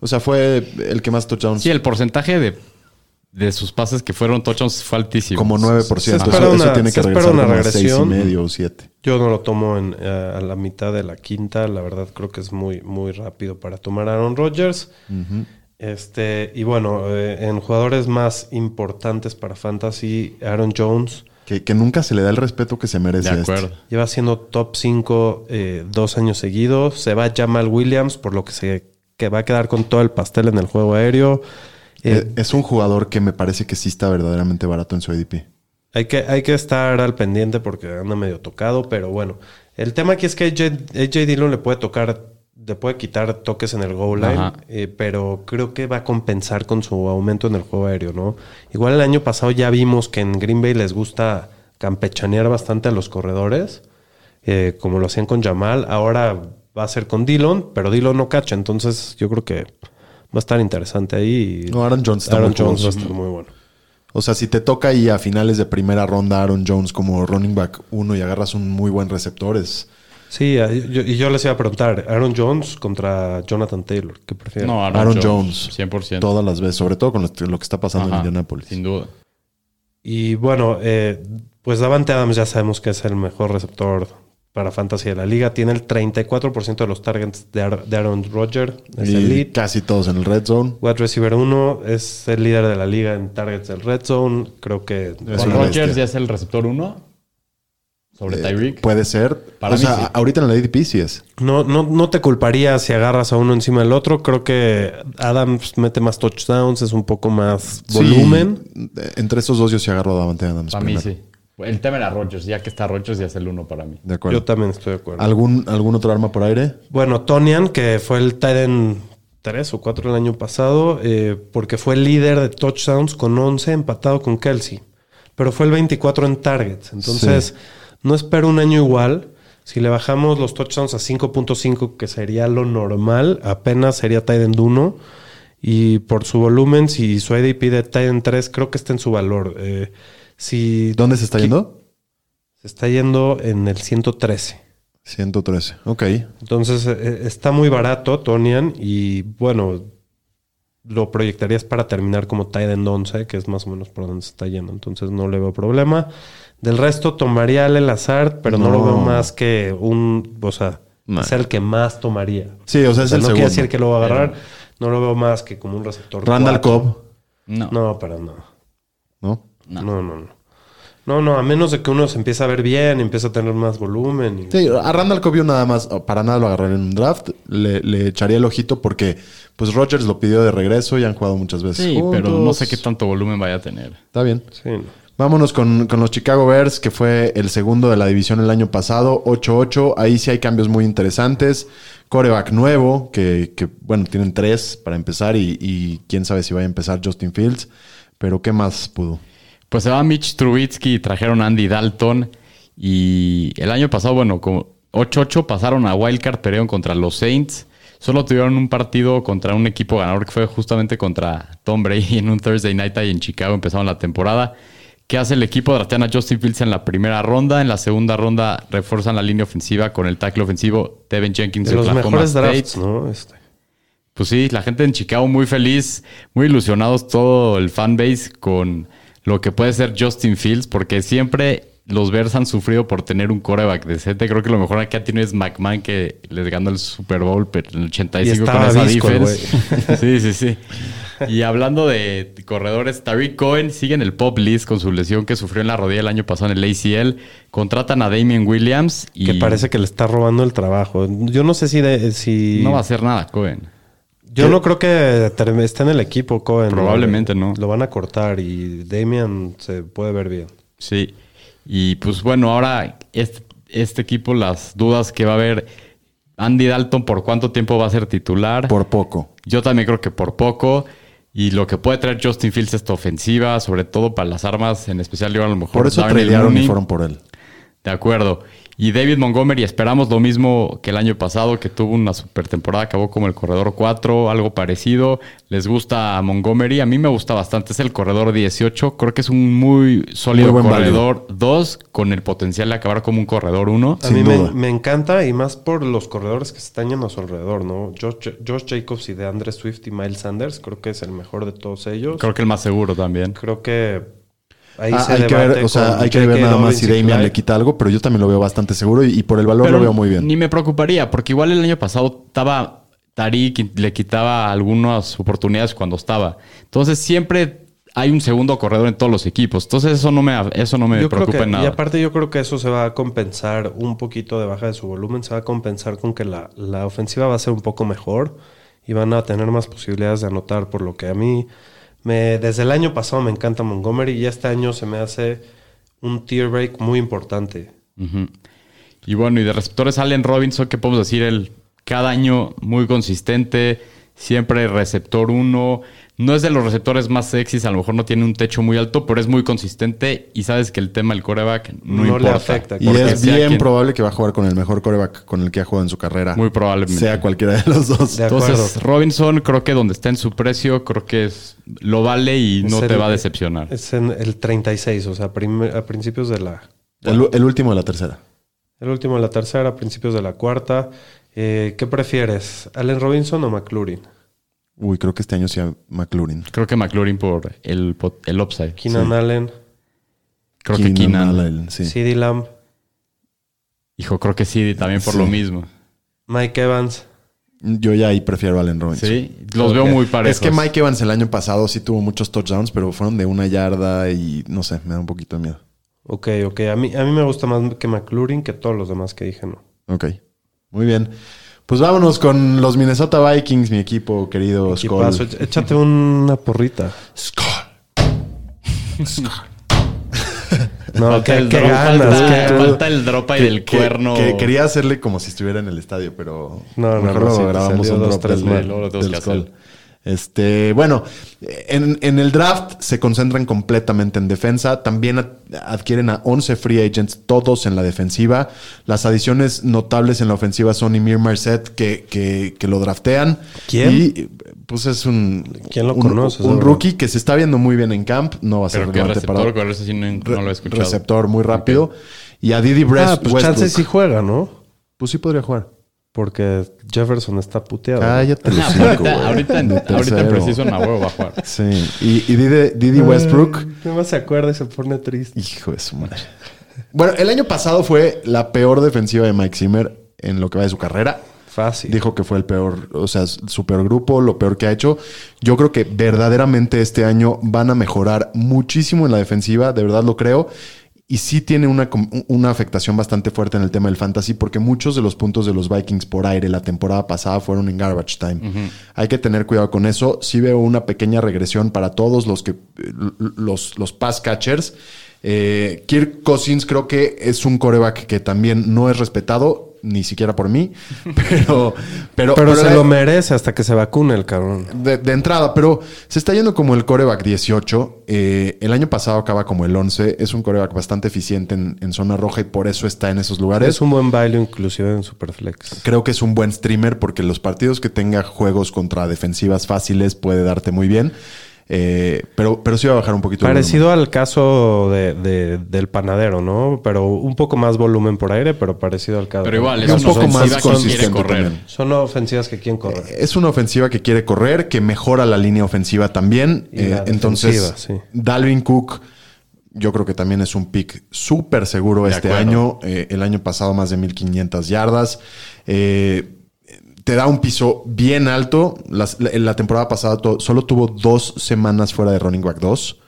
Speaker 2: O sea, fue el que más touchdowns.
Speaker 3: Sí, el porcentaje de, de sus pases que fueron touchdowns fue altísimo.
Speaker 2: como 9%.
Speaker 4: Se espera
Speaker 2: eso, eso
Speaker 4: una-
Speaker 2: tiene
Speaker 4: se
Speaker 2: que
Speaker 4: espera
Speaker 2: regresar
Speaker 4: una
Speaker 2: como a seis y
Speaker 4: regresión.
Speaker 2: medio o 7.
Speaker 4: Yo no lo tomo en, eh, a la mitad de la quinta. La verdad, creo que es muy, muy rápido para tomar a Aaron Rodgers. Este, y bueno, eh, en jugadores más importantes para Fantasy, Aaron Jones
Speaker 2: Que, que nunca se le da el respeto que se merece.
Speaker 3: De
Speaker 2: a este.
Speaker 3: acuerdo.
Speaker 4: lleva siendo top 5 dos años seguidos. Se va Jamal Williams, por lo que se que va a quedar con todo el pastel en el juego aéreo. Eh,
Speaker 2: Eh, es un jugador que me parece que sí está verdaderamente barato en su ADP.
Speaker 4: Hay que, hay que estar al pendiente porque anda medio tocado, pero bueno. El tema aquí es que AJ, AJ Dillon le puede tocar, le puede quitar toques en el goal line,
Speaker 3: Ajá.
Speaker 4: eh, pero creo que va a compensar con su aumento en el juego aéreo, ¿no? Igual el año pasado ya vimos que en Green Bay les gusta campechanear bastante a los corredores, eh, como lo hacían con Jamal. Ahora va a ser con Dillon, pero Dillon no cacha, entonces yo creo que va a estar interesante ahí. y
Speaker 2: No, Aaron Jones está
Speaker 4: Aaron
Speaker 2: muy
Speaker 4: Jones va a
Speaker 2: jugoso.
Speaker 4: estar muy bueno.
Speaker 2: O sea, si te toca y a finales de primera ronda Aaron Jones como running back uno y agarras un muy buen receptor, es.
Speaker 4: Sí, a- yo- y yo les iba a preguntar, Aaron Jones contra Jonathan Taylor, ¿qué prefieren?
Speaker 3: No, Aaron,
Speaker 2: este, Aaron
Speaker 3: Jones.
Speaker 2: Jones.
Speaker 3: 100%.
Speaker 2: Todas las veces, sobre todo con lo, lo que está pasando
Speaker 3: Ajá,
Speaker 2: en Indianapolis.
Speaker 3: Sin duda.
Speaker 4: Y bueno, eh, pues Davante Adams ya sabemos que es el mejor receptor para fantasy de la liga. Tiene el 34% de los targets de, Ar- de Aaron Rodgers, es
Speaker 2: Y
Speaker 4: el lead.
Speaker 2: casi todos en el red zone.
Speaker 4: Wide receiver 1 es el líder de la liga en targets del red zone. Creo que
Speaker 2: Es
Speaker 3: Con
Speaker 2: una
Speaker 3: Rodgers
Speaker 2: bestia.
Speaker 3: ya es el receptor 1 sobre
Speaker 2: Eh,
Speaker 3: Tyreek.
Speaker 2: Puede ser.
Speaker 3: Para
Speaker 2: o
Speaker 3: mí
Speaker 2: sea,
Speaker 3: sí.
Speaker 2: ahorita en la ADP sí es.
Speaker 4: no, no, no te culparía si agarras a uno encima del otro. Creo que Adams mete más touchdowns, es un poco más volumen.
Speaker 2: Sí, entre esos dos yo sí agarro a Davante Adams.
Speaker 3: para mí
Speaker 2: primero.
Speaker 3: sí. El tema era Rodgers. Ya que está Rodgers, ya es el 1 para mí.
Speaker 2: De
Speaker 4: Yo
Speaker 2: acuerdo.
Speaker 4: también estoy de acuerdo.
Speaker 2: ¿Algún, ¿Algún otro arma por aire?
Speaker 4: Bueno, Tonian, que fue el Titan 3 o 4 el año pasado, eh, porque fue el líder de touchdowns con 11 empatado con Kelsey, pero fue el 24 en targets. Entonces, no espero un año igual. Si le bajamos los touchdowns a 5.5, que sería lo normal, apenas sería Titan 1. Y por su volumen, si su ADP de Titan 3, creo que está en su valor. Eh, si
Speaker 2: ¿Dónde se está yendo?
Speaker 4: Se está yendo en el 113.
Speaker 2: 113. Ok.
Speaker 4: Entonces eh, está muy barato Tonian y bueno, lo proyectarías para terminar como Tiden 11, que es más o menos por donde se está yendo. Entonces no le veo problema. Del resto tomaría al El Azar, pero no.
Speaker 2: No.
Speaker 4: lo veo más que un, o sea,
Speaker 2: No.
Speaker 4: es el que más tomaría.
Speaker 2: Sí, o sea,
Speaker 4: O
Speaker 2: es
Speaker 4: sea,
Speaker 2: el
Speaker 4: no
Speaker 2: segundo.
Speaker 4: quiere decir que lo va a agarrar, no lo veo más que como un receptor.
Speaker 2: Randall
Speaker 4: cuatro.
Speaker 2: Cobb,
Speaker 3: No.
Speaker 4: No, para nada.
Speaker 2: ¿no?
Speaker 4: No. no, no, no. No, no, a menos de que uno se empiece a ver bien, empiece a tener más volumen. y-
Speaker 2: Sí, a Randall Cobb yo nada más, oh, para nada lo agarraría en un draft, le, le echaría el ojito porque pues Rogers lo pidió de regreso y han jugado muchas veces.
Speaker 3: Sí, pero no
Speaker 2: juntos.
Speaker 3: sé qué tanto volumen vaya a tener.
Speaker 2: Está bien.
Speaker 4: Sí, no.
Speaker 2: Vámonos con, con los Chicago Bears, que fue el segundo de la división el año pasado, 8-8. Ahí sí hay cambios muy interesantes. Coreback nuevo, que, que, bueno, tienen tres para empezar y, y quién sabe si va a empezar Justin Fields. Pero ¿qué más pudo?
Speaker 3: Pues se va Mitch Trubisky, trajeron a Andy Dalton y el año pasado, bueno, como 8-8 pasaron a Wildcard, perdieron contra los Saints. Solo tuvieron un partido contra un equipo ganador que fue justamente contra Tom Brady en un Thursday Night ahí en Chicago. Empezaron la temporada. ¿Qué hace el equipo? Draftean a Justin Fields en la primera ronda. En la segunda ronda reforzan la línea ofensiva con el tackle ofensivo Tevin Jenkins
Speaker 4: De los
Speaker 3: Oklahoma
Speaker 4: mejores
Speaker 3: State.
Speaker 4: drafts, ¿no? Este.
Speaker 3: Pues sí, la gente en Chicago muy feliz, muy ilusionados todo el fanbase con lo que puede ser Justin Fields, porque siempre los Bears han sufrido por tener un coreback decente. Creo que lo mejor que ha tenido es McMahon, que les ganó el Super Bowl pero en el 85
Speaker 4: Y
Speaker 3: con
Speaker 4: estaba
Speaker 3: esa
Speaker 4: disco,
Speaker 3: defense. Sí, sí, sí. Y hablando de corredores, Tariq Cohen sigue en el pop list con su lesión que sufrió en la rodilla el año pasado en el ACL. Contratan a Damien Williams y
Speaker 4: Que parece que le está robando el trabajo. Yo no sé si... de- si
Speaker 3: no va a hacer nada Cohen.
Speaker 4: Yo no creo que term- esté en el equipo, Cohen.
Speaker 3: Probablemente no.
Speaker 4: Lo van a cortar y Damian se puede ver bien.
Speaker 3: Sí. Y pues bueno, ahora este, este equipo, las dudas que va a haber. Andy Dalton, ¿por cuánto tiempo va a ser titular?
Speaker 2: Por poco.
Speaker 3: Yo también creo que por poco. Y lo que puede traer Justin Fields esta ofensiva, sobre todo para las armas, en especial yo a lo mejor.
Speaker 2: Por eso
Speaker 3: Darnell
Speaker 2: tradearon y
Speaker 3: Mooney.
Speaker 2: fueron por él.
Speaker 3: De acuerdo. Y David Montgomery, esperamos lo mismo que el año pasado, que tuvo una super temporada, acabó como el corredor 4, algo parecido. Les gusta a Montgomery, a mí me gusta bastante, es el corredor 18, creo que es un muy sólido
Speaker 2: Muy buen
Speaker 3: corredor 2, con el potencial de acabar como un corredor 1.
Speaker 4: A
Speaker 2: Sin
Speaker 4: mí me,
Speaker 2: duda.
Speaker 4: me encanta y más por los corredores que se están yendo a su alrededor, ¿no? Josh, Josh Jacobs y de Andre Swift y Miles Sanders, creo que es el mejor de todos ellos.
Speaker 3: Creo que el más seguro también.
Speaker 4: Creo que ahí
Speaker 2: Ah,
Speaker 4: se
Speaker 2: hay que
Speaker 4: debate
Speaker 2: ver, o sea,
Speaker 4: con
Speaker 2: hay que ver
Speaker 4: J.K.
Speaker 2: nada más si
Speaker 4: Dobbins y
Speaker 2: Damian
Speaker 4: Clyde.
Speaker 2: le quita algo, pero yo también lo veo bastante seguro y, y por el valor lo veo muy bien.
Speaker 3: Ni me preocuparía, porque igual el año pasado estaba Tariq y le quitaba algunas oportunidades cuando estaba. Entonces siempre hay un segundo corredor en todos los equipos. Entonces eso no me, eso no me
Speaker 4: Yo creo
Speaker 3: preocupa
Speaker 4: que,
Speaker 3: en nada.
Speaker 4: Y aparte yo creo que eso se va a compensar un poquito de baja de su volumen, se va a compensar con que la, la ofensiva va a ser un poco mejor y van a tener más posibilidades de anotar, por lo que a mí me, desde el año pasado me encanta Montgomery y este año se me hace un tier break muy importante.
Speaker 3: Y bueno, y de receptores Allen Robinson, ¿qué podemos decir? Él cada año muy consistente, siempre receptor uno. No es de los receptores más sexys, a lo mejor no tiene un techo muy alto, pero es muy consistente y sabes que el tema del coreback no,
Speaker 4: No le
Speaker 3: importa.
Speaker 4: afecta,
Speaker 2: Y
Speaker 3: Porque
Speaker 2: es
Speaker 3: sea
Speaker 2: bien
Speaker 3: quien-
Speaker 2: probable que va a jugar con el mejor coreback con el que ha jugado en su carrera.
Speaker 3: Muy probablemente.
Speaker 2: Sea cualquiera de los dos.
Speaker 4: De acuerdo.
Speaker 3: Entonces, Robinson, creo que donde está en su precio, creo que es, lo vale y no
Speaker 4: Es
Speaker 3: te
Speaker 4: el-
Speaker 3: va a decepcionar.
Speaker 4: Es en el 36, o sea, prim- a principios de la
Speaker 2: El, el último de la tercera.
Speaker 4: El último de la tercera, a principios de la cuarta. Eh, ¿Qué prefieres? ¿Allen Robinson o McLaurin?
Speaker 2: Uy, creo que este año sí a McLaurin.
Speaker 3: Creo que McLaurin por el, pot- el upside.
Speaker 4: Keenan Allen,
Speaker 3: Creo que Keenan. eh.
Speaker 2: Allen, sí.
Speaker 4: CeeDee Lamb,
Speaker 3: Hijo, creo que sí, también por
Speaker 2: Sí.
Speaker 3: lo mismo.
Speaker 4: Mike Evans.
Speaker 2: Yo ya ahí prefiero a Allen Robinson.
Speaker 3: Sí, los veo muy parejos.
Speaker 2: Es que Mike Evans el año pasado sí tuvo muchos touchdowns, pero fueron de una yarda y no sé, me da un poquito de miedo.
Speaker 4: Ok, ok. A mí, a mí me gusta más que McLaurin que todos los demás que dije, ¿no?
Speaker 2: Ok. Muy bien. Pues vámonos con los Minnesota Vikings, mi equipo querido
Speaker 4: Aquí
Speaker 2: Skoll.
Speaker 4: paso, éch- Échate una porrita. No,
Speaker 3: Falta
Speaker 4: qué,
Speaker 3: el
Speaker 4: qué
Speaker 3: drop,
Speaker 4: ganas.
Speaker 3: falta-
Speaker 4: qué-
Speaker 3: falta el drop ahí del
Speaker 2: que-
Speaker 3: cuerno.
Speaker 2: que quería hacerle como si estuviera en el estadio, pero
Speaker 4: No, no,
Speaker 2: mejor
Speaker 4: no,
Speaker 2: lo
Speaker 4: sí, te
Speaker 2: grabamos
Speaker 4: salió
Speaker 2: un
Speaker 4: dos,
Speaker 2: drop
Speaker 4: tres
Speaker 2: del-
Speaker 4: mal,
Speaker 3: luego lo tengo
Speaker 2: del
Speaker 3: que
Speaker 2: Skull.
Speaker 3: hacer.
Speaker 2: Este, bueno, en, en el draft se concentran completamente en defensa. También ad- adquieren a 11 free agents, todos en la defensiva. Las adiciones notables en la ofensiva son Emir Merced, que, que, que lo draftean.
Speaker 4: ¿Quién?
Speaker 2: Y pues es un,
Speaker 4: ¿Quién lo
Speaker 2: un-
Speaker 4: conoce,
Speaker 2: un
Speaker 4: seguro?
Speaker 2: rookie que se está viendo muy bien en camp. No va a ser
Speaker 3: Pero que
Speaker 2: relevante
Speaker 3: receptor,
Speaker 2: para-
Speaker 3: con eso sí no, no lo he escuchado.
Speaker 2: receptor muy rápido. Y a Didi Brest,
Speaker 4: Ah, pues chance sí juega, ¿no?
Speaker 2: Pues sí podría jugar.
Speaker 4: Porque Jefferson está puteado.
Speaker 2: Cállate, los
Speaker 3: Ah,
Speaker 2: cinco, güey.
Speaker 3: ahorita, ahorita, en-
Speaker 2: De
Speaker 3: ahorita en
Speaker 2: tercero.
Speaker 3: preciso en la huevo va a jugar.
Speaker 2: Sí. Y, y Didi, Didi Westbrook.
Speaker 4: Eh, No más se acuerda y se pone triste.
Speaker 2: Hijo de su madre. Bueno, el año pasado fue la peor defensiva de Mike Zimmer en lo que va de su carrera.
Speaker 4: Fácil.
Speaker 2: Dijo que fue el peor, o sea, su peor grupo, lo peor que ha hecho. Yo creo que verdaderamente este año van a mejorar muchísimo en la defensiva, de verdad lo creo. Y sí tiene una, com- una afectación bastante fuerte en el tema del fantasy, porque muchos de los puntos de los Vikings por aire la temporada pasada fueron en garbage time. Hay que tener cuidado con eso. Sí veo una pequeña regresión para todos los que eh, los, los pass catchers. Eh, Kirk Cousins creo que es un coreback que también no es respetado, ni siquiera por mí, pero, pero,
Speaker 4: Pero se
Speaker 2: era-
Speaker 4: lo merece hasta que se vacune el cabrón.
Speaker 2: de, de entrada, pero se está yendo como el coreback 18. Eh, el año pasado acaba como el 11. Es un coreback bastante eficiente en, en zona roja y por eso está en esos lugares.
Speaker 4: Es un buen baile inclusive en Superflex.
Speaker 2: Creo que es un buen streamer porque los partidos que tenga juegos contra defensivas fáciles puede darte muy bien. Eh, pero, pero sí va a bajar un poquito. el
Speaker 4: Parecido al caso de, de- del panadero, ¿no? Pero un poco más volumen por aire, pero parecido al caso.
Speaker 3: Pero igual,
Speaker 2: volumen.
Speaker 3: es
Speaker 2: Y un
Speaker 3: una
Speaker 2: poco más
Speaker 3: ofensiva que quiere
Speaker 2: consistente Eh,
Speaker 3: correr.
Speaker 2: también.
Speaker 4: Son ofensivas que quieren correr.
Speaker 2: Es una ofensiva que quiere correr, que mejora la línea ofensiva también.
Speaker 4: Y la
Speaker 2: Eh, entonces,
Speaker 4: defensiva, sí.
Speaker 2: Dalvin Cook, yo creo que también es un pick súper seguro
Speaker 3: De
Speaker 2: este
Speaker 3: acuerdo.
Speaker 2: año. Eh, el año pasado más de 1500 yardas. Eh, te da un piso bien alto. Las- la, la temporada pasada to- solo tuvo dos semanas fuera de running back 2.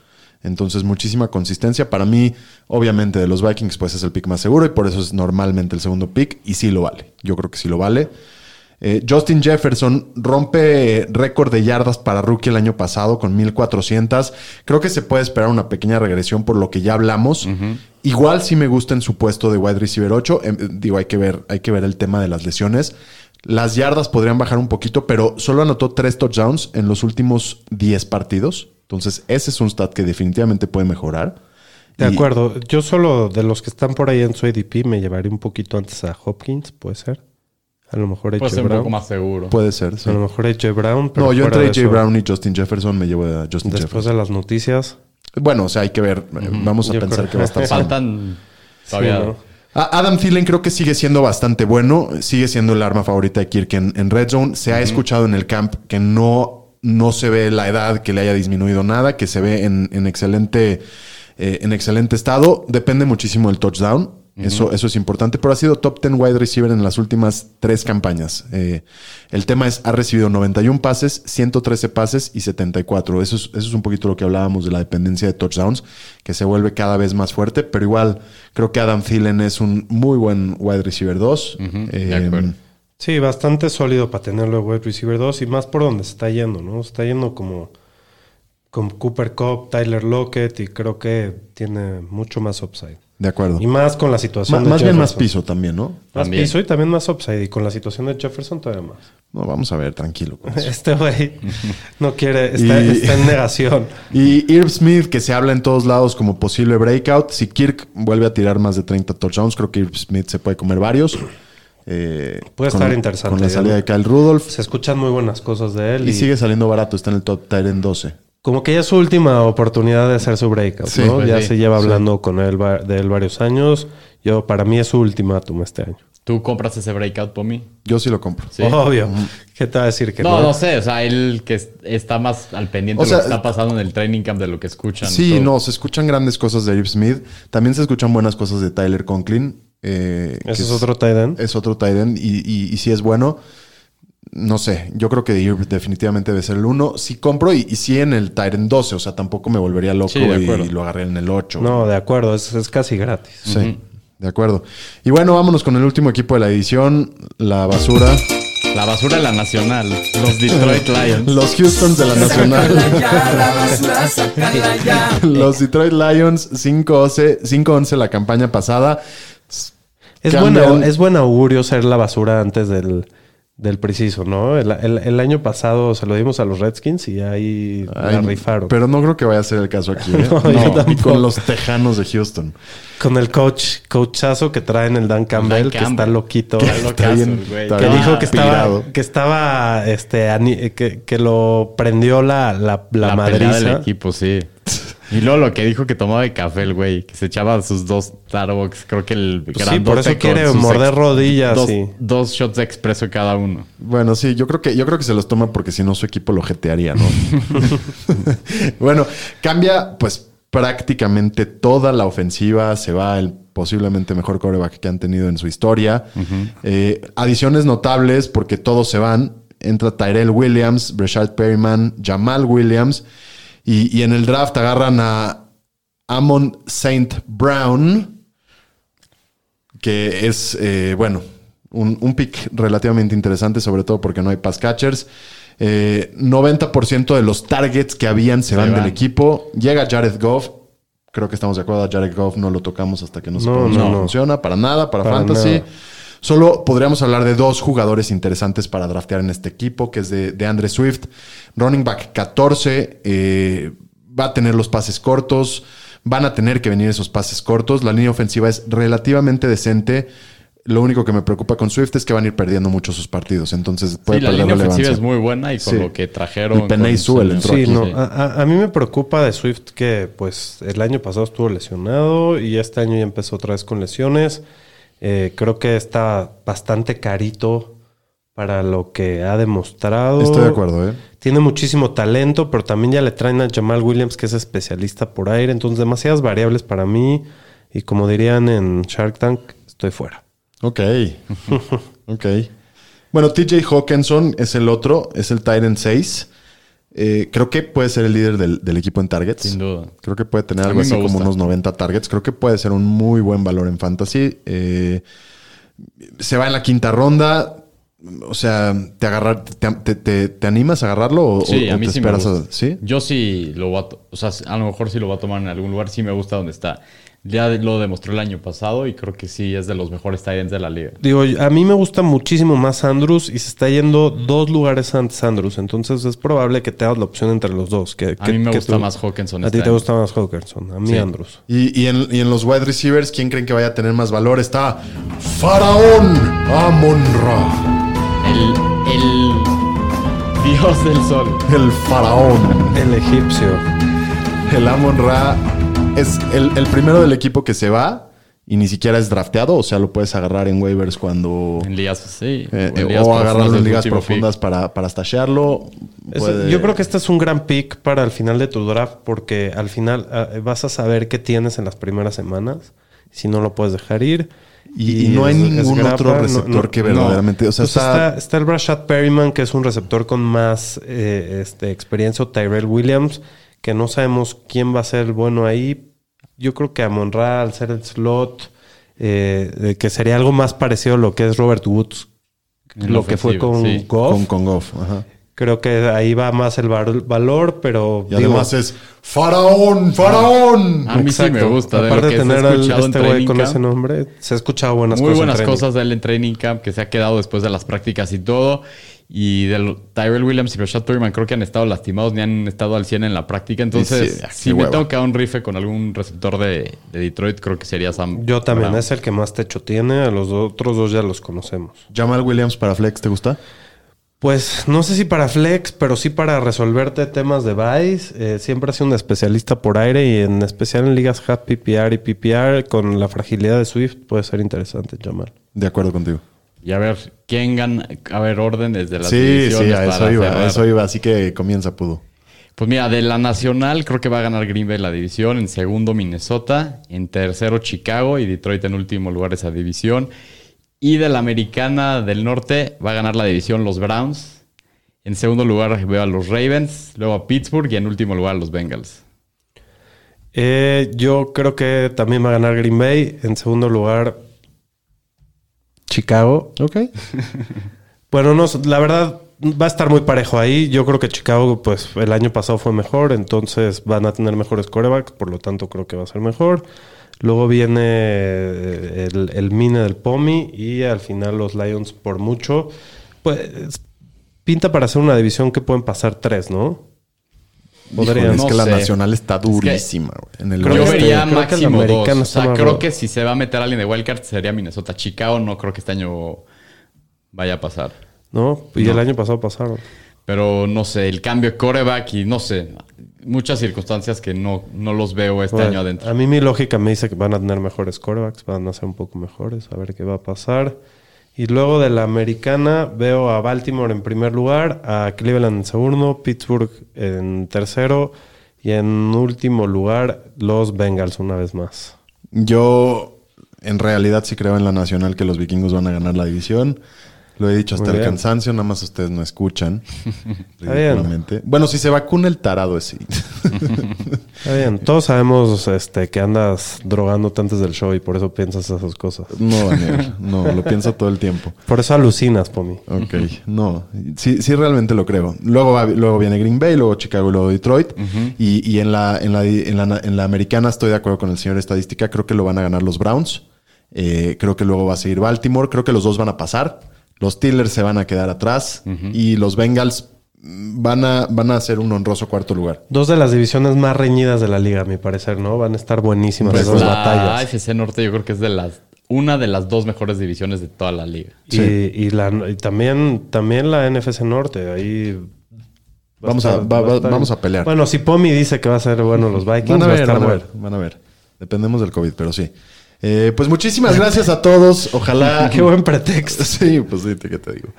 Speaker 2: Entonces, muchísima consistencia. Para mí, obviamente, de los Vikings, pues es el pick más seguro y por eso es normalmente el segundo pick. Y sí lo vale. Yo creo que sí lo vale. Eh, Justin Jefferson rompe eh, récord de yardas para rookie el año pasado con 1400. Creo que se puede esperar una pequeña regresión por lo que ya hablamos. Igual sí me gusta en su puesto de wide receiver 8. Em, eh, digo, hay que ver, hay que ver el tema de las lesiones. Las yardas podrían bajar un poquito, pero solo anotó tres touchdowns en los últimos 10 partidos. Entonces, ese es un stat que definitivamente puede mejorar.
Speaker 4: De
Speaker 2: Y-
Speaker 4: acuerdo. Yo solo de los que están por ahí en su ADP me llevaré un poquito antes a Hopkins, puede ser. A lo mejor
Speaker 3: Puede
Speaker 4: AJ
Speaker 3: ser un poco
Speaker 4: Brown.
Speaker 3: más seguro.
Speaker 2: Puede ser, sí.
Speaker 4: A lo mejor AJ Brown. pero
Speaker 2: No, yo
Speaker 4: fuera
Speaker 2: entre
Speaker 4: de
Speaker 2: AJ
Speaker 4: eso,
Speaker 2: Brown y Justin Jefferson me llevo a Justin
Speaker 4: Después
Speaker 2: Jefferson.
Speaker 4: de las noticias.
Speaker 2: Bueno, o sea, hay que ver. eh, Vamos a
Speaker 4: Yo
Speaker 2: pensar
Speaker 4: creo-
Speaker 2: que va a estar sano.
Speaker 3: Faltan todavía.
Speaker 4: Sí, ¿no?
Speaker 2: A- Adam Thielen creo que sigue siendo bastante bueno, sigue siendo el arma favorita de Kirk en, en Red Zone. Se ha escuchado en el camp que no, no se ve la edad que le haya disminuido nada, que se ve en, en excelente, eh, en excelente estado. Depende muchísimo del touchdown. Eso, eso es importante, pero ha sido top 10 wide receiver en las últimas tres campañas. Eh, el tema es, ha recibido 91 pases, 113 pases y 74. Eso es, eso es un poquito lo que hablábamos de la dependencia de touchdowns, que se vuelve cada vez más fuerte, pero igual creo que Adam Thielen es un muy buen wide receiver 2. Eh,
Speaker 3: de acuerdo.
Speaker 4: Sí, bastante sólido para tenerlo de wide receiver 2 y más por donde se está yendo, ¿no? Se está yendo como con Cooper Cup, Tyler Lockett y creo que tiene mucho más upside.
Speaker 2: de acuerdo.
Speaker 4: Y más con la
Speaker 2: Ma-
Speaker 4: situación de
Speaker 2: más bien más
Speaker 4: Jefferson.
Speaker 2: piso también, ¿no?
Speaker 4: Más
Speaker 3: También.
Speaker 4: piso y también más upside. Y con la situación de Jefferson todavía más.
Speaker 2: No, vamos a ver, tranquilo. con eso.
Speaker 4: Este güey no quiere, está,
Speaker 2: Y-
Speaker 4: está en negación.
Speaker 2: Y Irv Smith, que se habla en todos lados como posible breakout. Si Kirk vuelve a tirar más de 30 touchdowns, creo que Irv Smith se puede comer varios. Eh,
Speaker 4: Puede
Speaker 2: con-
Speaker 4: estar interesante. ¿eh?
Speaker 2: Con la salida de Kyle Rudolph.
Speaker 4: Se escuchan muy buenas cosas de él.
Speaker 2: Y sigue saliendo barato, está en el top tier en 12.
Speaker 4: Como que ya es su última oportunidad de hacer su breakout,
Speaker 2: Sí,
Speaker 4: ¿no?
Speaker 3: pues
Speaker 4: ya
Speaker 3: sí,
Speaker 4: se lleva hablando con él va- de él varios años. Yo, para mí es su ultimátum este año.
Speaker 3: ¿Tú compras ese breakout por mí?
Speaker 2: Yo sí lo compro.
Speaker 3: Sí. Mm.
Speaker 4: Obvio. ¿Qué te va a decir que
Speaker 3: No,
Speaker 4: no?
Speaker 3: no sé, o sea, él que es- está más al pendiente
Speaker 2: O
Speaker 3: de lo que
Speaker 2: sea,
Speaker 3: está pasando en el training camp, de lo que escuchan.
Speaker 2: Sí,
Speaker 3: todo.
Speaker 2: no, se escuchan grandes cosas de Irv Smith. También se escuchan buenas cosas de Tyler Conklin. eh, que
Speaker 4: Ese es otro tight end.
Speaker 2: Es otro tight end y, y, y si es bueno, no sé. Yo creo que Irv definitivamente debe ser el 1. Si compro y, y sí en el tight end 12. O sea, tampoco me volvería loco
Speaker 3: Sí, de
Speaker 2: y,
Speaker 3: acuerdo.
Speaker 2: y lo agarré en el 8.
Speaker 4: No, de acuerdo. Es, es casi gratis.
Speaker 2: Sí, de acuerdo. Y bueno, vámonos con el último equipo de la edición, la basura.
Speaker 3: La basura de la nacional, los Detroit Lions.
Speaker 2: Los Houstons de la Nacional. Los Detroit Lions 5-11 5-11 la campaña pasada.
Speaker 4: Es,
Speaker 2: Cambian-
Speaker 4: buena, es buen augurio ser la basura antes del, del preciso, ¿no? El, el- el año pasado se lo dimos a los Redskins y ahí la
Speaker 2: Ay,
Speaker 4: rifaron.
Speaker 2: Pero no creo que vaya a ser el caso aquí. ¿eh?
Speaker 4: No,
Speaker 2: No,
Speaker 4: yo
Speaker 2: ni
Speaker 4: tampoco.
Speaker 2: con los Tejanos de Houston.
Speaker 4: Con el coach, coachazo que traen el Dan Campbell, que
Speaker 3: Campbell.
Speaker 4: está loquito.
Speaker 3: Está
Speaker 4: Que
Speaker 3: locazo,
Speaker 2: bien,
Speaker 3: güey.
Speaker 2: está
Speaker 3: Que
Speaker 2: bien.
Speaker 3: dijo
Speaker 4: dijo que estaba,
Speaker 2: pirado.
Speaker 4: que estaba, este, ani- eh, que, que lo prendió la, la,
Speaker 3: la, pelea
Speaker 4: la, madriza.
Speaker 3: del equipo, sí. Y luego lo que dijo que tomaba de café el güey, que se echaba sus dos Starbucks, creo que el
Speaker 4: Pues sí,
Speaker 3: grandote
Speaker 4: por eso
Speaker 3: con
Speaker 4: quiere
Speaker 3: sus
Speaker 4: morder
Speaker 3: ex-
Speaker 4: rodillas.
Speaker 3: dos,
Speaker 4: sí.
Speaker 3: dos shots de expreso cada uno.
Speaker 2: Bueno, sí, yo creo que, yo creo que se los toma porque si no su equipo lo jetearía, ¿no? bueno, cambia pues prácticamente toda la ofensiva, se va el posiblemente mejor coreback que han tenido en su historia. Eh, adiciones notables porque todos se van. Entra Tyrell Williams, Breshad Perryman, Jamal Williams. Y, y en el draft agarran a Amon Saint Brown que es, eh, bueno, un, un pick relativamente interesante, sobre todo porque no hay pass catchers. Eh, 90% de los targets que habían se van,
Speaker 3: van.
Speaker 2: del equipo. Llega Jared Goff. Creo que estamos de acuerdo. a Jared Goff no lo tocamos hasta que no
Speaker 4: No,
Speaker 2: sepamos
Speaker 4: no,
Speaker 2: cómo
Speaker 4: no.
Speaker 2: funciona. Para nada, para,
Speaker 4: Para
Speaker 2: fantasy.
Speaker 4: nada.
Speaker 2: Solo podríamos hablar de dos jugadores interesantes para draftear en este equipo, que es de, de Andre Swift, running back 14, eh, va a tener los pases cortos, van a tener que venir esos pases cortos, la línea ofensiva es relativamente decente, lo único que me preocupa con Swift es que van a ir perdiendo muchos sus partidos, entonces puede
Speaker 3: Sí, la
Speaker 2: perder
Speaker 3: línea ofensiva
Speaker 2: relevancia.
Speaker 3: es muy buena y con
Speaker 2: Sí.
Speaker 3: lo que trajeron.
Speaker 2: El Penei
Speaker 3: con-
Speaker 2: Sewell entró
Speaker 4: Sí,
Speaker 2: aquí.
Speaker 4: no. Ah, A, a- a mí me preocupa de Swift que, pues, el año pasado estuvo lesionado y este año ya empezó otra vez con lesiones. Eh, creo que está bastante carito para lo que ha demostrado.
Speaker 2: Estoy de acuerdo, ¿eh?
Speaker 4: Tiene muchísimo talento, pero también ya le traen a Jamal Williams, que es especialista por aire. Entonces, demasiadas variables para mí. Y como dirían en Shark Tank, estoy fuera.
Speaker 2: Ok. ok. Bueno, TJ Hawkinson es el otro, es el Tyrant 6. Eh, creo que puede ser el líder del, del equipo en targets.
Speaker 3: Sin duda.
Speaker 2: Creo que puede tener
Speaker 3: A
Speaker 2: algo
Speaker 3: mí
Speaker 2: así
Speaker 3: me
Speaker 2: como
Speaker 3: gusta.
Speaker 2: unos 90 targets. Creo que puede ser un muy buen valor en fantasy. Eh, se va en la quinta ronda. O sea, ¿te, agarrar, te, te- te- te animas a agarrarlo o,
Speaker 3: Sí,
Speaker 2: o-
Speaker 3: a
Speaker 2: o
Speaker 3: mí
Speaker 2: te
Speaker 3: sí me
Speaker 2: esperas
Speaker 3: gusta.
Speaker 2: a- ¿Sí?
Speaker 3: Yo sí lo voy a... to- O sea, a lo mejor sí lo voy a tomar en algún lugar. Sí me gusta donde está. Ya lo demostró el año pasado y creo que sí es de los mejores tight ends de la liga.
Speaker 4: Digo, a mí me gusta muchísimo más Andrews y se está yendo dos lugares antes Andrews. Entonces es probable que te hagas la opción entre los dos. Que,
Speaker 3: A
Speaker 4: que-
Speaker 3: mí me
Speaker 4: que
Speaker 3: gusta más Hawkinson
Speaker 4: A ti
Speaker 3: este
Speaker 4: te
Speaker 3: año.
Speaker 4: gusta más Hawkinson. A mí
Speaker 3: Sí.
Speaker 4: Andrews.
Speaker 2: Y, y en, y en los wide receivers, ¿quién creen que vaya a tener más valor? Está Faraón Amonra,
Speaker 3: El, el dios del sol.
Speaker 2: el faraón.
Speaker 4: El egipcio.
Speaker 2: El Amonra es el, el primero del equipo que se va y ni siquiera es drafteado, o sea, lo puedes agarrar en waivers cuando...
Speaker 3: En ligas, sí.
Speaker 2: eh,
Speaker 3: en
Speaker 2: eh,
Speaker 3: ligas
Speaker 2: o agarrarlo
Speaker 3: profundas
Speaker 2: en
Speaker 3: de
Speaker 2: ligas
Speaker 3: último pick.
Speaker 2: profundas para, para stashearlo.
Speaker 4: Es-
Speaker 2: Puede-
Speaker 4: yo creo que este es un gran pick para el final de tu draft porque al final ah, vas a saber qué tienes en las primeras semanas. Si no lo puedes dejar ir.
Speaker 2: Y- y no hay ningún otro receptor que verdaderamente- o sea,
Speaker 4: Pues
Speaker 2: está-
Speaker 4: está, está el Brashad Perryman, que es un receptor con más eh, este, experiencia, o Tyrell Williams, que no sabemos quién va a ser el bueno ahí. Yo creo que Amonra, al ser el slot, eh, eh, que sería algo más parecido a lo que es Robert Woods,
Speaker 3: En
Speaker 4: lo que fue
Speaker 3: ofensiva,
Speaker 4: con
Speaker 3: sí.
Speaker 4: Goff.
Speaker 2: Con, con Goff, ajá.
Speaker 4: Creo que ahí va más el val- valor, pero.
Speaker 2: Y además es Faraón,
Speaker 4: Ah.
Speaker 2: Faraón.
Speaker 3: A mí sí me gusta. De lo
Speaker 4: Aparte
Speaker 3: que
Speaker 4: de tener
Speaker 3: se ha
Speaker 4: al-
Speaker 3: escuchado en
Speaker 4: este güey
Speaker 3: training
Speaker 4: con
Speaker 3: camp,
Speaker 4: ese nombre, se ha escuchado buenas
Speaker 3: muy
Speaker 4: cosas. en
Speaker 3: buenas
Speaker 4: training.
Speaker 3: cosas de él en training camp que se ha quedado después de las prácticas y todo. Y de lo- Tyrell Williams y Rashad Perryman creo que han estado lastimados ni han estado al 100 en la práctica. Entonces,
Speaker 2: Sí, sí,
Speaker 3: si
Speaker 2: qué
Speaker 3: me
Speaker 2: hueva.
Speaker 3: tengo que dar un rife con algún receptor de, de Detroit, creo que sería Sam.
Speaker 4: Yo también,
Speaker 3: Brown.
Speaker 4: es el que más techo tiene. A los otros dos ya los conocemos.
Speaker 2: Jamal Williams para Flex, ¿te gusta?
Speaker 4: Pues no sé si para flex, pero sí para resolverte temas de Vice. Eh, siempre ha sido un especialista por aire y en especial en ligas half PPR y PPR con la fragilidad de Swift puede ser interesante, Jamal.
Speaker 2: De acuerdo contigo.
Speaker 3: Y a ver, ¿quién gana? A ver, orden desde las
Speaker 2: Sí, sí,
Speaker 3: divisiones
Speaker 2: a eso
Speaker 3: para
Speaker 2: iba, a
Speaker 3: cerrar.
Speaker 2: eso iba. Así que comienza, pudo.
Speaker 3: Pues mira, de la nacional creo que va a ganar Green Bay la división, en segundo Minnesota, en tercero Chicago y Detroit en último lugar esa división. Y de la americana del norte va a ganar la división los Browns, en segundo lugar veo a los Ravens, luego a Pittsburgh y en último lugar a los Bengals.
Speaker 4: Eh, yo creo que también va a ganar Green Bay. En segundo lugar, Chicago.
Speaker 2: Ok.
Speaker 4: Bueno, no, sé, la verdad va a estar muy parejo ahí. Yo creo que Chicago, pues el año pasado fue mejor, entonces van a tener mejores corebacks, por lo tanto creo que va a ser mejor. Luego viene eh, el, el mine del Pomi y al final los Lions por mucho. Pues pinta para ser una división que pueden pasar tres, ¿no?
Speaker 2: Híjole,
Speaker 4: Podrían.
Speaker 2: es
Speaker 3: no
Speaker 2: que la
Speaker 3: sé.
Speaker 2: nacional está durísima, güey. En el
Speaker 4: Creo
Speaker 3: Yo
Speaker 4: que
Speaker 2: oeste.
Speaker 4: este-
Speaker 3: vería
Speaker 4: creo que la
Speaker 3: máximo dos.
Speaker 4: americana
Speaker 3: O
Speaker 4: está
Speaker 3: sea,
Speaker 4: más
Speaker 3: creo
Speaker 4: ruda.
Speaker 3: que si se va a meter alguien de Wildcard sería Minnesota. Chicago no creo que este año vaya a pasar.
Speaker 4: ¿No? Y el año pasado pasaron.
Speaker 3: Pero no sé, el cambio de coreback y no sé, muchas circunstancias que no, no los veo este
Speaker 4: Bueno,
Speaker 3: año adentro.
Speaker 4: A mí mi lógica me dice que van a tener mejores corebacks, van a ser un poco mejores, a ver qué va a pasar. Y luego de la americana veo a Baltimore en primer lugar, a Cleveland en segundo, Pittsburgh en tercero y en último lugar los Bengals una vez más.
Speaker 2: Yo, en realidad, sí creo en la nacional que los vikingos van a ganar la división. Lo he dicho hasta
Speaker 4: Muy
Speaker 2: el
Speaker 4: bien.
Speaker 2: cansancio, nada más ustedes no escuchan.
Speaker 4: bien.
Speaker 2: ridículamente. Bueno, si se vacuna el tarado, sí.
Speaker 4: Está bien, todos sabemos este, que andas drogándote antes del show y por eso piensas esas cosas.
Speaker 2: No, Daniel, no, lo pienso todo el tiempo.
Speaker 4: Por eso alucinas, Pomi.
Speaker 2: Ok, no, sí, sí realmente lo creo. Luego, va- luego viene Green Bay, luego Chicago, y luego Detroit. Y, y en, la, en, la, en, la, en la americana estoy de acuerdo con el señor estadística, creo que lo van a ganar los Browns. Eh, creo que luego va a seguir Baltimore, creo que los dos van a pasar. Los Steelers se van a quedar atrás y los Bengals mm, van a, van a ser un honroso cuarto lugar.
Speaker 4: Dos de las divisiones más reñidas de la liga, a mi parecer, ¿no? Van a estar buenísimas
Speaker 2: Pues
Speaker 4: esas
Speaker 3: la
Speaker 4: batallas.
Speaker 3: AFC Norte yo creo que es de las una de las dos mejores divisiones de toda la liga.
Speaker 4: Y, y la- y también, también la NFC Norte, ahí... va
Speaker 2: Vamos a- va- va-
Speaker 4: estar-
Speaker 2: vamos a pelear.
Speaker 4: Bueno, si Pomi dice que va a ser bueno los Vikings,
Speaker 2: Van a
Speaker 4: va
Speaker 2: ver,
Speaker 4: a estar
Speaker 2: van a ver,
Speaker 4: bueno.
Speaker 2: van a ver. Dependemos del COVID, pero sí. Eh, pues muchísimas gracias a todos. Ojalá.
Speaker 4: Qué buen pretexto.
Speaker 2: Sí, pues sí, te- ¿qué te digo?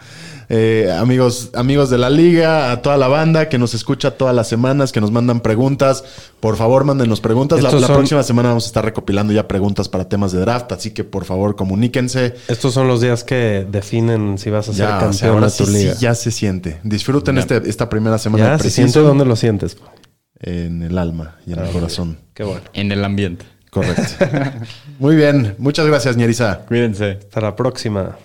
Speaker 2: Eh, amigos, amigos de la liga, a toda la banda que nos escucha todas las semanas, que nos mandan preguntas, por favor mándenos preguntas. La,
Speaker 4: Estos
Speaker 2: la
Speaker 4: son-
Speaker 2: próxima semana vamos a estar recopilando ya preguntas para temas de draft, así que por favor comuníquense.
Speaker 4: Estos son los días que definen si vas a
Speaker 2: Ya,
Speaker 4: ser
Speaker 2: o sea,
Speaker 4: Pues campeón
Speaker 2: ahora
Speaker 4: de tu
Speaker 2: sí, sí,
Speaker 4: liga.
Speaker 2: ya se siente. Disfruten este- esta primera semana
Speaker 4: ya,
Speaker 2: de
Speaker 4: si
Speaker 2: preciso
Speaker 4: siento dónde lo sientes. po.
Speaker 2: en el alma y
Speaker 4: Ah,
Speaker 2: en el corazón.
Speaker 4: Qué bueno.
Speaker 3: En el ambiente.
Speaker 2: Correcto. Muy bien, muchas gracias, Ñeriza.
Speaker 3: Cuídense.
Speaker 4: Hasta la próxima.